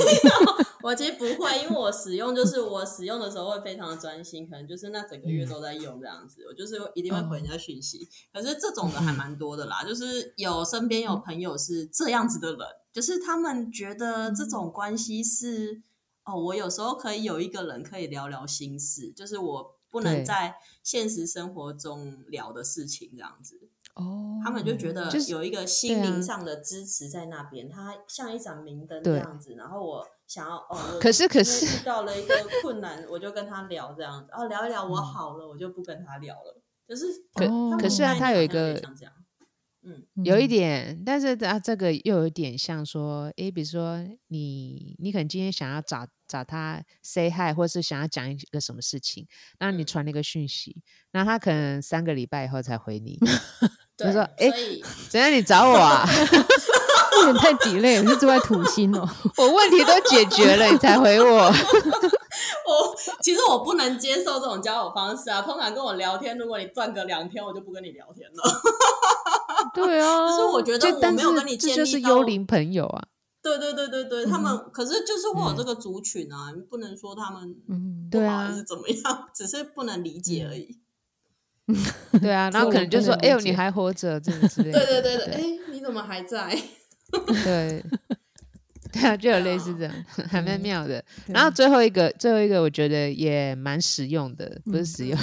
Speaker 3: 我其实不会，因为我使用就是我使用的时候会非常的专心，可能就是那整个月都在用这样子，我就是一定会回人家讯息。可是这种的还蛮多的啦，就是有身边有朋友是这样子的人，就是他们觉得这种关系是哦，我有时候可以有一个人可以聊聊心事，就是我不能
Speaker 1: 对
Speaker 3: 在现实生活中聊的事情这样子。
Speaker 2: 哦
Speaker 3: 他们就觉得
Speaker 1: 嗯就是
Speaker 3: 有一个心
Speaker 1: 对啊
Speaker 3: 灵上的支持在那边，它像一盏明灯这
Speaker 1: 对
Speaker 3: 样子。然后我想要哦，我
Speaker 1: 可是可
Speaker 3: 因为
Speaker 1: 是
Speaker 3: 遇到了一个困难，我就跟他聊这样子，哦，聊一聊我好了，我就不跟他聊了。就是
Speaker 1: 嗯可
Speaker 3: 他们
Speaker 2: 可是啊
Speaker 3: 概念
Speaker 1: 他有一
Speaker 3: 好像有
Speaker 1: 个
Speaker 3: 点像这样，
Speaker 2: 嗯
Speaker 1: 有一点，但是啊，这个又有一点像说，诶，比如说你，你可能今天想要找找他 say hi，或是想要讲一个什么事情，然后你
Speaker 3: 嗯
Speaker 1: 传了一个讯息，然后他可能三个礼拜以后才回你，
Speaker 3: 对，
Speaker 1: 说哎
Speaker 3: 所以
Speaker 1: 怎样？你找我啊？ *laughs*
Speaker 2: 有点太急累了，是住在土星
Speaker 1: *laughs*
Speaker 2: 哦、
Speaker 1: 我问题都解决了，你才回我。
Speaker 3: 我 *laughs* 其实我不能接受这种交友方式啊。通常跟我聊天，如果你断个两天，我就不跟你聊天了。
Speaker 2: 对
Speaker 3: *laughs*
Speaker 2: 啊，
Speaker 3: 就是我觉得
Speaker 1: 哦就
Speaker 3: 我
Speaker 1: 但
Speaker 3: 没
Speaker 1: 是
Speaker 3: 有跟你
Speaker 1: 这
Speaker 3: 建
Speaker 1: 就
Speaker 3: 立
Speaker 1: 是
Speaker 3: 到
Speaker 1: 幽灵朋友啊，
Speaker 3: 对对对对对，他们、可是就是会有
Speaker 1: 嗯
Speaker 3: 这个族群啊，你不能说他们
Speaker 2: 嗯，
Speaker 1: 对
Speaker 3: 不好还
Speaker 1: 啊
Speaker 3: 是怎么
Speaker 2: *laughs*
Speaker 3: 样，只是不能理解而已。
Speaker 1: 对
Speaker 3: *laughs*
Speaker 1: 啊，然
Speaker 2: 幽
Speaker 1: 后可能
Speaker 2: 灵
Speaker 1: 就
Speaker 2: 不
Speaker 1: 说，
Speaker 2: 能
Speaker 1: 哎
Speaker 2: 理
Speaker 1: 呦，你
Speaker 2: 解
Speaker 1: 还活着，这种之类的。
Speaker 3: 对对对对，哎，你怎么还在？ *laughs*
Speaker 1: 对，对啊，就有类似
Speaker 3: 啊
Speaker 1: 这种，还蛮妙的。
Speaker 2: 哦对
Speaker 1: 然后最后一个，最后一个我觉得也蛮实用的，不是
Speaker 2: 嗯
Speaker 1: 实用，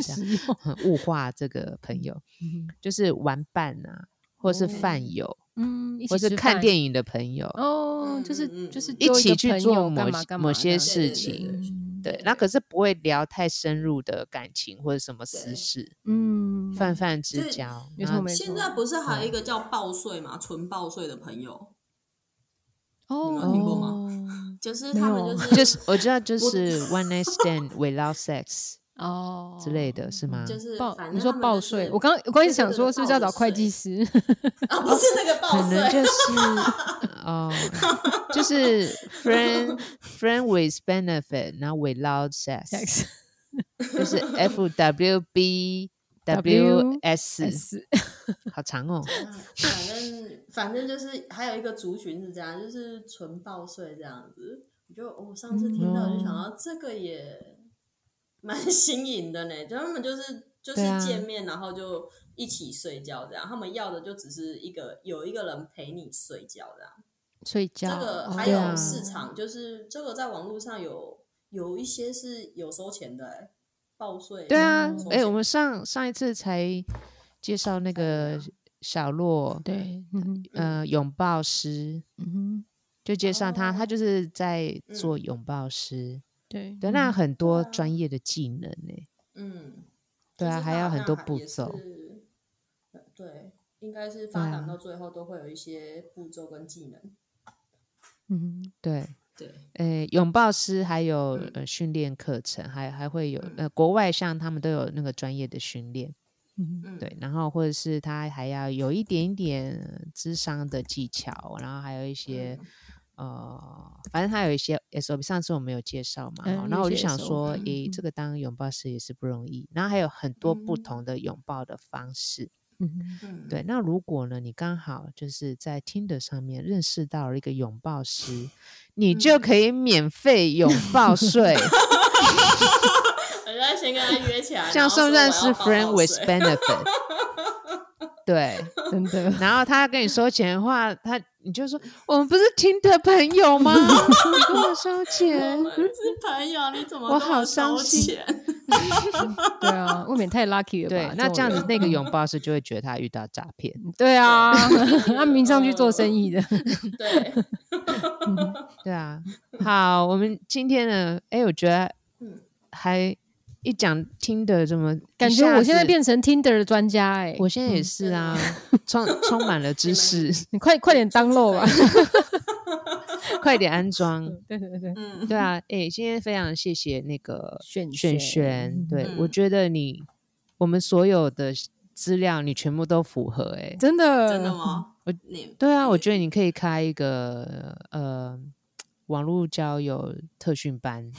Speaker 2: *laughs*
Speaker 1: *laughs*
Speaker 2: 实用，
Speaker 1: 物化这个朋友，
Speaker 2: 嗯
Speaker 1: 就是玩伴啊，或是
Speaker 3: 哦
Speaker 1: 饭友，
Speaker 2: 嗯，一
Speaker 1: 或
Speaker 2: 起
Speaker 1: 是
Speaker 2: 吃
Speaker 1: 看
Speaker 2: 饭
Speaker 1: 电影的朋友，
Speaker 2: 哦，就是
Speaker 3: 嗯嗯嗯
Speaker 2: 就是
Speaker 1: 一
Speaker 2: 揪
Speaker 1: 起
Speaker 2: 个
Speaker 1: 去
Speaker 2: 朋
Speaker 1: 做
Speaker 2: 友
Speaker 1: 某
Speaker 2: 干嘛
Speaker 1: 些
Speaker 2: 干嘛
Speaker 1: 某些
Speaker 2: 这样
Speaker 3: 对
Speaker 1: 事
Speaker 3: 对
Speaker 1: 情。
Speaker 3: 对
Speaker 2: 嗯
Speaker 1: 对，那可是不会聊太深入的感情或者什么私
Speaker 3: 对
Speaker 1: 事，
Speaker 2: 嗯，
Speaker 1: 泛泛之
Speaker 3: 对
Speaker 1: 交。
Speaker 2: 没
Speaker 1: 然
Speaker 2: 错
Speaker 1: 后
Speaker 2: 没
Speaker 3: 现
Speaker 2: 错嗯
Speaker 3: 在不是还有一个叫报税嘛，纯报税的朋友，你们
Speaker 2: 哦
Speaker 3: 有听过吗？
Speaker 1: 哦，
Speaker 3: 就是他们
Speaker 2: 没有
Speaker 3: 就是
Speaker 1: 就是我知道，就
Speaker 3: 我
Speaker 1: 是 one night stand without sex
Speaker 2: 哦
Speaker 1: *laughs* 之类的是吗？
Speaker 3: 就是
Speaker 2: 报
Speaker 3: 反，正
Speaker 2: 你说
Speaker 3: 他们
Speaker 2: 报
Speaker 3: 就是
Speaker 2: 税，我刚我刚一直想说，是不是要找会计？师？
Speaker 3: 对对对报税啊，不是那个
Speaker 1: 可
Speaker 3: 报
Speaker 1: 能
Speaker 3: 税，
Speaker 1: 就是 *laughs* 哦，就是 friend *laughs* friend with benefit，然后 without sex，就是 F W B W *laughs* S，好长 *laughs* 哦。
Speaker 3: *laughs* 反正反正就是还有一个族群是这样，就是纯报税这样子。我就我上次听到，我就想到这个也蛮新颖的呢。就他们就是就
Speaker 1: 对啊
Speaker 3: 是见面，然后就一起睡觉这样。他们要的就只是一个有一个人陪你睡觉这样。
Speaker 2: 睡觉，
Speaker 3: 这个
Speaker 2: 哦
Speaker 3: 还
Speaker 1: 对
Speaker 3: 有
Speaker 1: 啊
Speaker 3: 市场，就是这个在网络上有有一些是有收钱的、欸，报税。
Speaker 1: 对啊
Speaker 3: 有收，
Speaker 1: 哎、
Speaker 3: 钱
Speaker 1: 我们上上一次才介绍那个小洛，
Speaker 2: 对，嗯哼
Speaker 1: 呃，拥抱师，
Speaker 2: 嗯哼，
Speaker 1: 就介绍他，他就是在
Speaker 3: 嗯
Speaker 1: 做拥抱师，
Speaker 2: 对
Speaker 1: 对，那
Speaker 2: 嗯
Speaker 1: 很多
Speaker 3: 对啊
Speaker 1: 专业的技能呢、
Speaker 3: 嗯，
Speaker 1: 对啊，
Speaker 3: 就是
Speaker 1: 还
Speaker 3: 它
Speaker 1: 有
Speaker 3: 好
Speaker 1: 很
Speaker 3: 像
Speaker 1: 多
Speaker 3: 还
Speaker 1: 步
Speaker 3: 也
Speaker 1: 骤，
Speaker 3: 是。呃对，应该是发
Speaker 1: 对
Speaker 3: 展
Speaker 1: 啊
Speaker 3: 到最后都会有一些步骤跟技能。
Speaker 2: 嗯
Speaker 1: 对。
Speaker 3: 对，
Speaker 1: 呃，拥抱师还有
Speaker 3: 嗯
Speaker 1: 呃训练课程，还还会有
Speaker 3: 嗯
Speaker 1: 呃国外像他们都有那个专业的训练，
Speaker 2: 嗯
Speaker 3: 嗯，
Speaker 1: 对，然后或者是他还要有一点点呃智商的技巧，然后还有一些、
Speaker 3: 嗯
Speaker 1: 呃，反正他有一些 SOP，上次我们有介绍嘛，
Speaker 2: 嗯
Speaker 1: 哦
Speaker 2: 有
Speaker 1: 然后我
Speaker 2: 一
Speaker 1: 就
Speaker 2: 些
Speaker 1: 想
Speaker 2: SOP
Speaker 1: 说，诶，这个当拥抱师也是不容易，然后还有很多不
Speaker 3: 嗯
Speaker 1: 同的拥抱的方式，
Speaker 2: 嗯
Speaker 3: 嗯，
Speaker 1: 对，那如果呢，你刚好就是在 Tinder 上面认识到了一个拥抱师，你就
Speaker 3: 嗯
Speaker 1: 可以免费拥抱
Speaker 3: *laughs*
Speaker 1: 税，
Speaker 3: 我要先跟他约
Speaker 1: *laughs*
Speaker 3: 起来，
Speaker 1: 这样
Speaker 3: 然后
Speaker 1: 算
Speaker 3: 说我
Speaker 1: 不算
Speaker 3: 要
Speaker 1: 是
Speaker 3: 报
Speaker 1: friend
Speaker 3: 报
Speaker 1: with
Speaker 3: 税 *laughs*
Speaker 1: benefit？对，
Speaker 2: 哼，真的，
Speaker 1: 然后他要跟你收钱的话，他你就说我们不是 Tinder 朋友吗？你跟我收
Speaker 3: 我 *laughs*
Speaker 1: 钱
Speaker 3: 们，是朋友，你怎么
Speaker 1: 我
Speaker 3: 跟
Speaker 1: 好
Speaker 3: 收
Speaker 1: 伤心
Speaker 3: 钱。
Speaker 1: *laughs*
Speaker 2: 对啊，未免太 lucky 了吧？
Speaker 1: 对，那
Speaker 2: 种
Speaker 1: 这样子
Speaker 2: 人
Speaker 1: 那个拥抱师就会觉得他遇到诈骗，
Speaker 2: 对
Speaker 1: *laughs*
Speaker 2: 啊，他明上去做生意的，
Speaker 1: 哦
Speaker 3: 嗯对，
Speaker 1: 对啊。好，我们今天呢，哎，我觉得
Speaker 3: 嗯
Speaker 1: 还一讲 Tinder 这么，
Speaker 2: 感
Speaker 1: 一
Speaker 2: 觉
Speaker 1: 下
Speaker 2: 我现在
Speaker 1: 子
Speaker 2: 变成 Tinder 的专家哎、
Speaker 1: 我现在也是
Speaker 3: 真的
Speaker 1: 啊，充充满了知
Speaker 3: 们
Speaker 1: 识，
Speaker 2: *laughs* 你快快点 download 吧！
Speaker 1: 快点安装。
Speaker 2: 对对对，
Speaker 1: *laughs*
Speaker 3: 嗯，
Speaker 1: 对啊，哎、今天非常谢谢那个
Speaker 2: 选
Speaker 1: 轩
Speaker 2: 选
Speaker 1: 轩，对、
Speaker 3: 嗯
Speaker 1: 我觉得你我们所有的资料你全部都符合、诶哎，
Speaker 2: 真的
Speaker 3: 真的？吗？
Speaker 1: 我
Speaker 3: 你
Speaker 1: 对啊，我
Speaker 3: 也
Speaker 1: 觉得你可以开一个呃网络交友特训班，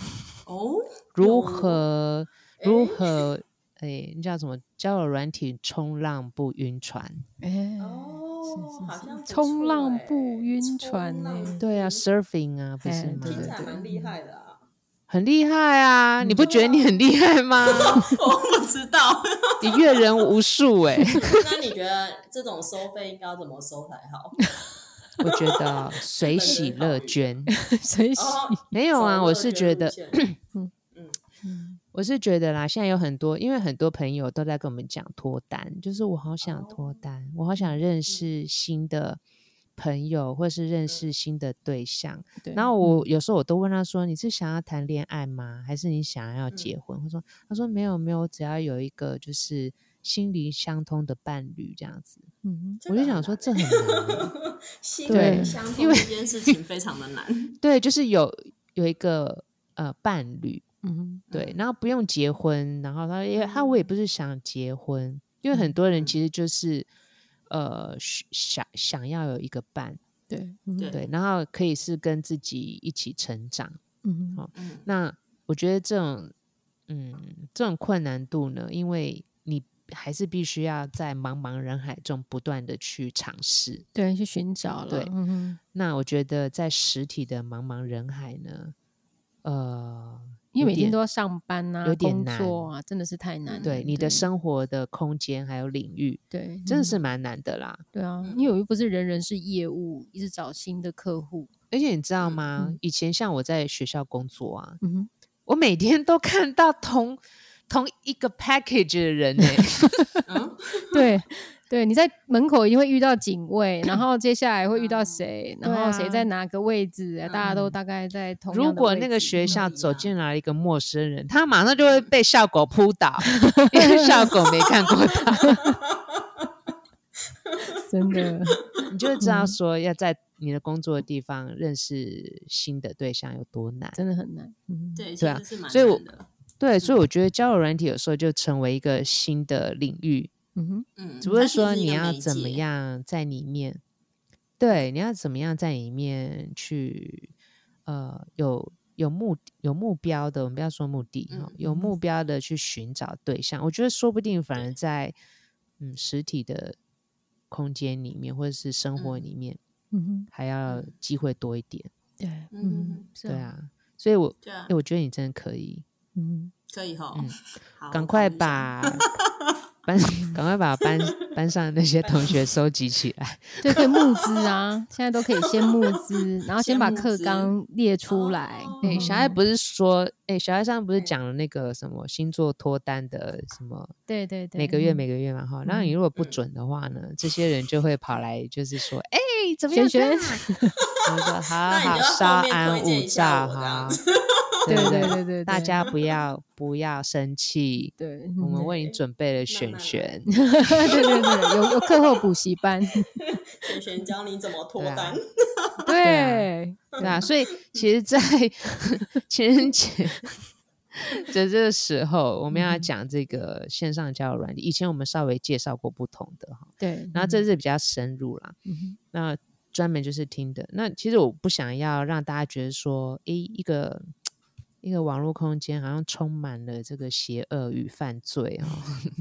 Speaker 3: 哦，
Speaker 1: 如
Speaker 3: 有
Speaker 1: 何如
Speaker 2: *laughs*
Speaker 3: 诶
Speaker 1: 何。哎诶，那叫什么交友软体冲浪不晕船？
Speaker 2: 哎，
Speaker 3: 哦，好像不错
Speaker 2: 冲浪
Speaker 3: 欸
Speaker 2: 不晕船
Speaker 3: 冲浪
Speaker 2: 欸
Speaker 1: 对啊
Speaker 3: 不
Speaker 1: ，surfing 啊，不是
Speaker 2: 哎
Speaker 1: 吗？
Speaker 2: 对
Speaker 3: 听
Speaker 2: 对
Speaker 3: 起来
Speaker 2: 对
Speaker 3: 蛮厉害的啊， *laughs*
Speaker 1: 很厉害啊！你不觉得你很厉害吗？ *laughs*
Speaker 3: 我不知道。
Speaker 1: 你阅人无数哎诶，
Speaker 3: *laughs* 那你觉得这种收费应该要怎么收才
Speaker 1: *laughs*
Speaker 3: 好？
Speaker 1: *laughs* 我觉得哦随喜乐捐。
Speaker 2: 谁
Speaker 3: 哦，
Speaker 1: 没有
Speaker 3: *laughs*
Speaker 1: 啊，
Speaker 3: 走
Speaker 1: 我
Speaker 3: 乐
Speaker 1: 是
Speaker 3: 捐
Speaker 1: 觉
Speaker 3: 路
Speaker 1: 得
Speaker 3: 线
Speaker 1: *laughs* 我是觉得啦，现在有很多，因为很多朋友都在跟我们讲脱单，就是我好想脱
Speaker 3: 哦
Speaker 1: 单，我好想认识新的朋友，或是认识新的对象。
Speaker 2: 对，
Speaker 1: 然后我有时候我都问他说：“你是想要谈恋爱吗？还是你想要
Speaker 3: 嗯
Speaker 1: 结婚？”他说：“他说没有没有，我只要有一个就是心灵相通的伴侣这样子。
Speaker 2: 嗯”
Speaker 3: 这
Speaker 1: 我
Speaker 3: 个
Speaker 1: 就想
Speaker 3: 很
Speaker 1: 说
Speaker 3: 难欸
Speaker 1: 这很难
Speaker 3: *laughs*
Speaker 1: 啊，
Speaker 3: 心
Speaker 1: 对
Speaker 3: 灵相通这件事情非常的
Speaker 1: *laughs*
Speaker 3: 难。
Speaker 1: 对，就是有有一个呃伴侣，
Speaker 2: 嗯
Speaker 1: 对
Speaker 3: 嗯，
Speaker 1: 然后不用结婚，然后他也他我也不是想结婚，因为很
Speaker 3: 嗯
Speaker 1: 多人其实就是呃需想想要有一个伴，
Speaker 2: 对
Speaker 3: 对
Speaker 1: 对，然后可以是跟自己一起成长。
Speaker 2: 嗯
Speaker 1: 好
Speaker 3: 嗯，
Speaker 1: 那我觉得这种嗯这种困难度呢，因为你还是必须要在茫茫人海中不断的去尝试。
Speaker 2: 对去寻找了，
Speaker 1: 对
Speaker 2: 嗯哼
Speaker 1: 那我觉得在实体的茫茫人海呢，呃，
Speaker 2: 因为每
Speaker 1: 有
Speaker 2: 天
Speaker 1: 点
Speaker 2: 都要上班呐、
Speaker 1: 有点
Speaker 2: 工
Speaker 1: 难
Speaker 2: 作啊，真的是太难了。
Speaker 1: 对你的生活的空间还有领域，
Speaker 2: 对，
Speaker 1: 真的是
Speaker 2: 嗯
Speaker 1: 蛮难的啦。
Speaker 2: 对啊，
Speaker 3: 嗯
Speaker 2: 因为我又不是人人是业务，一直找新的客户。
Speaker 1: 而且你知道
Speaker 3: 嗯
Speaker 1: 吗？
Speaker 2: 嗯
Speaker 1: 以前像我在学校工作啊，
Speaker 2: 嗯哼，
Speaker 1: 我每天都看到同同一个 package 的人呢、
Speaker 3: 嗯，
Speaker 2: *laughs* 对对，你在门口一定会遇到警卫，
Speaker 1: 嗯
Speaker 2: 然后接下来会遇到谁，然
Speaker 1: 对
Speaker 2: 后
Speaker 1: 啊
Speaker 2: 谁在哪个位置，大家都
Speaker 1: 嗯
Speaker 2: 大概在 *laughs* 同样
Speaker 1: 如
Speaker 2: 的
Speaker 1: 果
Speaker 2: 位
Speaker 1: 那个
Speaker 2: 置
Speaker 1: 学校
Speaker 3: 嗯
Speaker 1: 走进来一个陌生人，他马上就会被校狗扑倒，因
Speaker 2: *laughs*
Speaker 1: 为校狗没看过他，
Speaker 2: *laughs* 真的
Speaker 1: *laughs* 你就会知
Speaker 2: 嗯
Speaker 1: 道说要在你的工作的地方认识新的对象有多难。
Speaker 2: 真的很难。嗯，
Speaker 3: 对，其
Speaker 1: 对啊
Speaker 3: 实是蛮
Speaker 1: 所以我
Speaker 3: 难的。
Speaker 1: 对，所以
Speaker 3: 嗯
Speaker 1: 我觉得交友软体有时候就成为一个新的领域，
Speaker 2: 嗯哼，
Speaker 3: 嗯，
Speaker 1: 只不过
Speaker 3: 它其实
Speaker 1: 说
Speaker 3: 是一
Speaker 1: 你
Speaker 3: 个
Speaker 1: 要
Speaker 3: 媒
Speaker 1: 怎么
Speaker 3: 介？啊
Speaker 1: 样在里面，对，你要怎么样在里面去，呃，有有目有目标的，我们不要说目的哈、
Speaker 3: 嗯
Speaker 1: 有目标的去寻找对象。我觉得说不定反而在嗯实体的空间里面，或者是生活
Speaker 3: 嗯
Speaker 1: 里面，
Speaker 2: 嗯哼，
Speaker 1: 还要
Speaker 3: 嗯
Speaker 1: 机会多一点。
Speaker 2: 对，嗯
Speaker 3: 嗯，
Speaker 2: 是
Speaker 1: 对，啊，所以我
Speaker 3: 对啊
Speaker 1: 诶，我觉得你真的可以。
Speaker 2: 嗯，
Speaker 3: 可以哈
Speaker 1: 嗯，
Speaker 3: 好
Speaker 1: 赶
Speaker 3: 我
Speaker 1: 快
Speaker 3: 考虑一下
Speaker 1: 把 *laughs* 班赶快把班班上的那些同学收集起
Speaker 3: *laughs*
Speaker 1: 来。
Speaker 2: 对，可以募资啊，现在都可以先募资，然后
Speaker 3: 先
Speaker 2: 先把
Speaker 3: 募
Speaker 2: 课
Speaker 3: 资
Speaker 2: 纲列出来
Speaker 3: 哦。
Speaker 1: 哎、
Speaker 2: 嗯
Speaker 1: 小爱不是说，哎、小爱上不是
Speaker 3: 嗯
Speaker 1: 讲了那个什么星座脱单的什么
Speaker 2: 对对对，
Speaker 1: 每个月
Speaker 2: 嗯
Speaker 1: 每个月嘛哈？那你
Speaker 2: 嗯
Speaker 1: 如果不
Speaker 3: 嗯
Speaker 1: 准的话呢，这些人就会跑来就是说，
Speaker 3: *laughs*
Speaker 1: 哎、怎么
Speaker 2: 轩
Speaker 1: 样看 *laughs*
Speaker 2: 轩
Speaker 1: 啊？我说好
Speaker 3: 那你
Speaker 1: 好
Speaker 3: 就后
Speaker 1: 稍
Speaker 3: 面
Speaker 1: 安
Speaker 3: 推荐
Speaker 1: 勿
Speaker 3: 一下
Speaker 1: 躁
Speaker 3: 我这
Speaker 1: 哈
Speaker 3: 样，
Speaker 2: 对
Speaker 1: 不
Speaker 2: 对
Speaker 3: *laughs*
Speaker 2: 对对，
Speaker 1: 大
Speaker 2: 对
Speaker 1: 家不要不要生气，
Speaker 2: 对，
Speaker 1: 我们
Speaker 2: 嗯
Speaker 1: 为你准备了
Speaker 3: 慢
Speaker 1: 选
Speaker 3: 慢
Speaker 2: *laughs*
Speaker 1: 选。
Speaker 2: 对对对对，有有课后补习班，
Speaker 3: 璇璇教你怎么脱
Speaker 1: 对啊
Speaker 3: 单。
Speaker 2: 对，
Speaker 1: *laughs* 对啊，所以其实，在 *laughs* 情人节的这个时候，我们要
Speaker 2: 嗯
Speaker 1: 讲这个线上交友软件。以前我们稍微介绍过不同的哈，
Speaker 2: 对，
Speaker 1: 然后这次比较深入啦。
Speaker 2: 嗯
Speaker 1: 那专门就是听的。那其实我不想要让大家觉得说，诶，一个一个网络空间好像充满了这个邪恶与犯罪哦。 *laughs*
Speaker 2: 嗯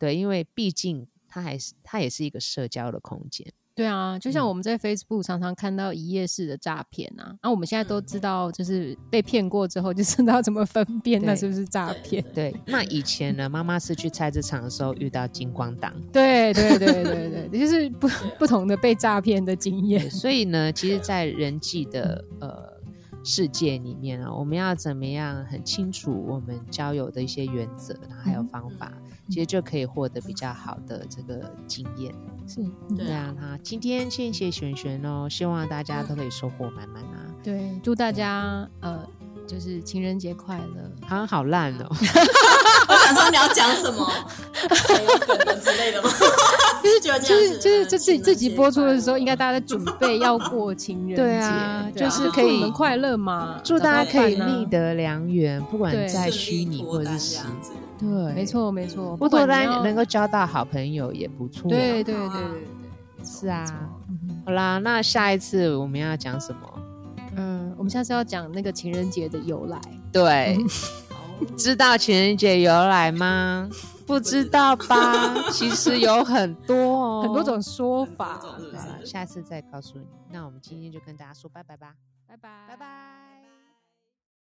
Speaker 1: 对，因为毕竟它还是它也是一个社交的空间。
Speaker 2: 对啊，就像
Speaker 1: 嗯
Speaker 2: 我们在 Facebook 常常看到一夜式的诈骗啊，那我们现在
Speaker 1: 嗯
Speaker 2: 都知道，就是被骗过之后就知道怎么分辨那
Speaker 1: 对
Speaker 2: 是不是诈骗。
Speaker 1: 对，那以前呢，妈妈是去菜市场的时候遇到金光党。
Speaker 2: 对对对对对，就是不 *laughs* 不同的被诈骗的经验。
Speaker 1: 所以呢，其实，在人际的呃世界里面啊，我们要怎么样很清楚我们交友的一些原则，然后还
Speaker 2: 嗯
Speaker 1: 有方法，其实就可以获得比较好的这个经验。
Speaker 2: 是，
Speaker 3: 对啊
Speaker 1: 啊，那今天谢谢璇璇哦，希望大家都可以收获满满啊！
Speaker 2: 对，祝大家呃，就是情人节快乐。
Speaker 1: 好像好烂哦，
Speaker 2: 嗯
Speaker 3: 我想说你要讲什么，很有梗的之
Speaker 1: *laughs*
Speaker 3: 类的吗？就是觉得这
Speaker 2: 就
Speaker 3: 样
Speaker 2: 是就是就自己自己播出的时候，应该
Speaker 3: 大
Speaker 2: 大家在准备要过情人节，
Speaker 1: 对啊
Speaker 2: 对
Speaker 3: 就是可
Speaker 2: 祝你
Speaker 3: 以
Speaker 2: 们快乐嘛，
Speaker 1: 祝大家可以
Speaker 2: 找到伴啊
Speaker 1: 觅得良缘，不管
Speaker 2: 对
Speaker 1: 在虚拟或者是实体，
Speaker 3: 子。
Speaker 1: 对，
Speaker 2: 没，错没错，
Speaker 1: 不
Speaker 2: 管
Speaker 1: 脱
Speaker 2: 你
Speaker 1: 单
Speaker 2: 要
Speaker 1: 能够交到好朋友也不错。哦
Speaker 2: 对对对
Speaker 3: 好
Speaker 2: 对
Speaker 3: 啊
Speaker 2: 对，没错
Speaker 1: 是啊，
Speaker 2: 没错
Speaker 1: 好啦，那下一次我们要讲什么？
Speaker 2: 嗯，我们下次要讲那个情人节的由来，
Speaker 1: 对，
Speaker 3: 哦
Speaker 1: 知道情人节由来吗？不知道 *laughs* 吧？其实有很多哦，
Speaker 2: 很多种说
Speaker 3: 很多
Speaker 2: 法。
Speaker 3: 种是不
Speaker 1: 好
Speaker 3: 是
Speaker 1: 了，下次再告诉你。那我们今天就跟大家说拜拜吧，
Speaker 2: 拜拜，
Speaker 1: 拜拜。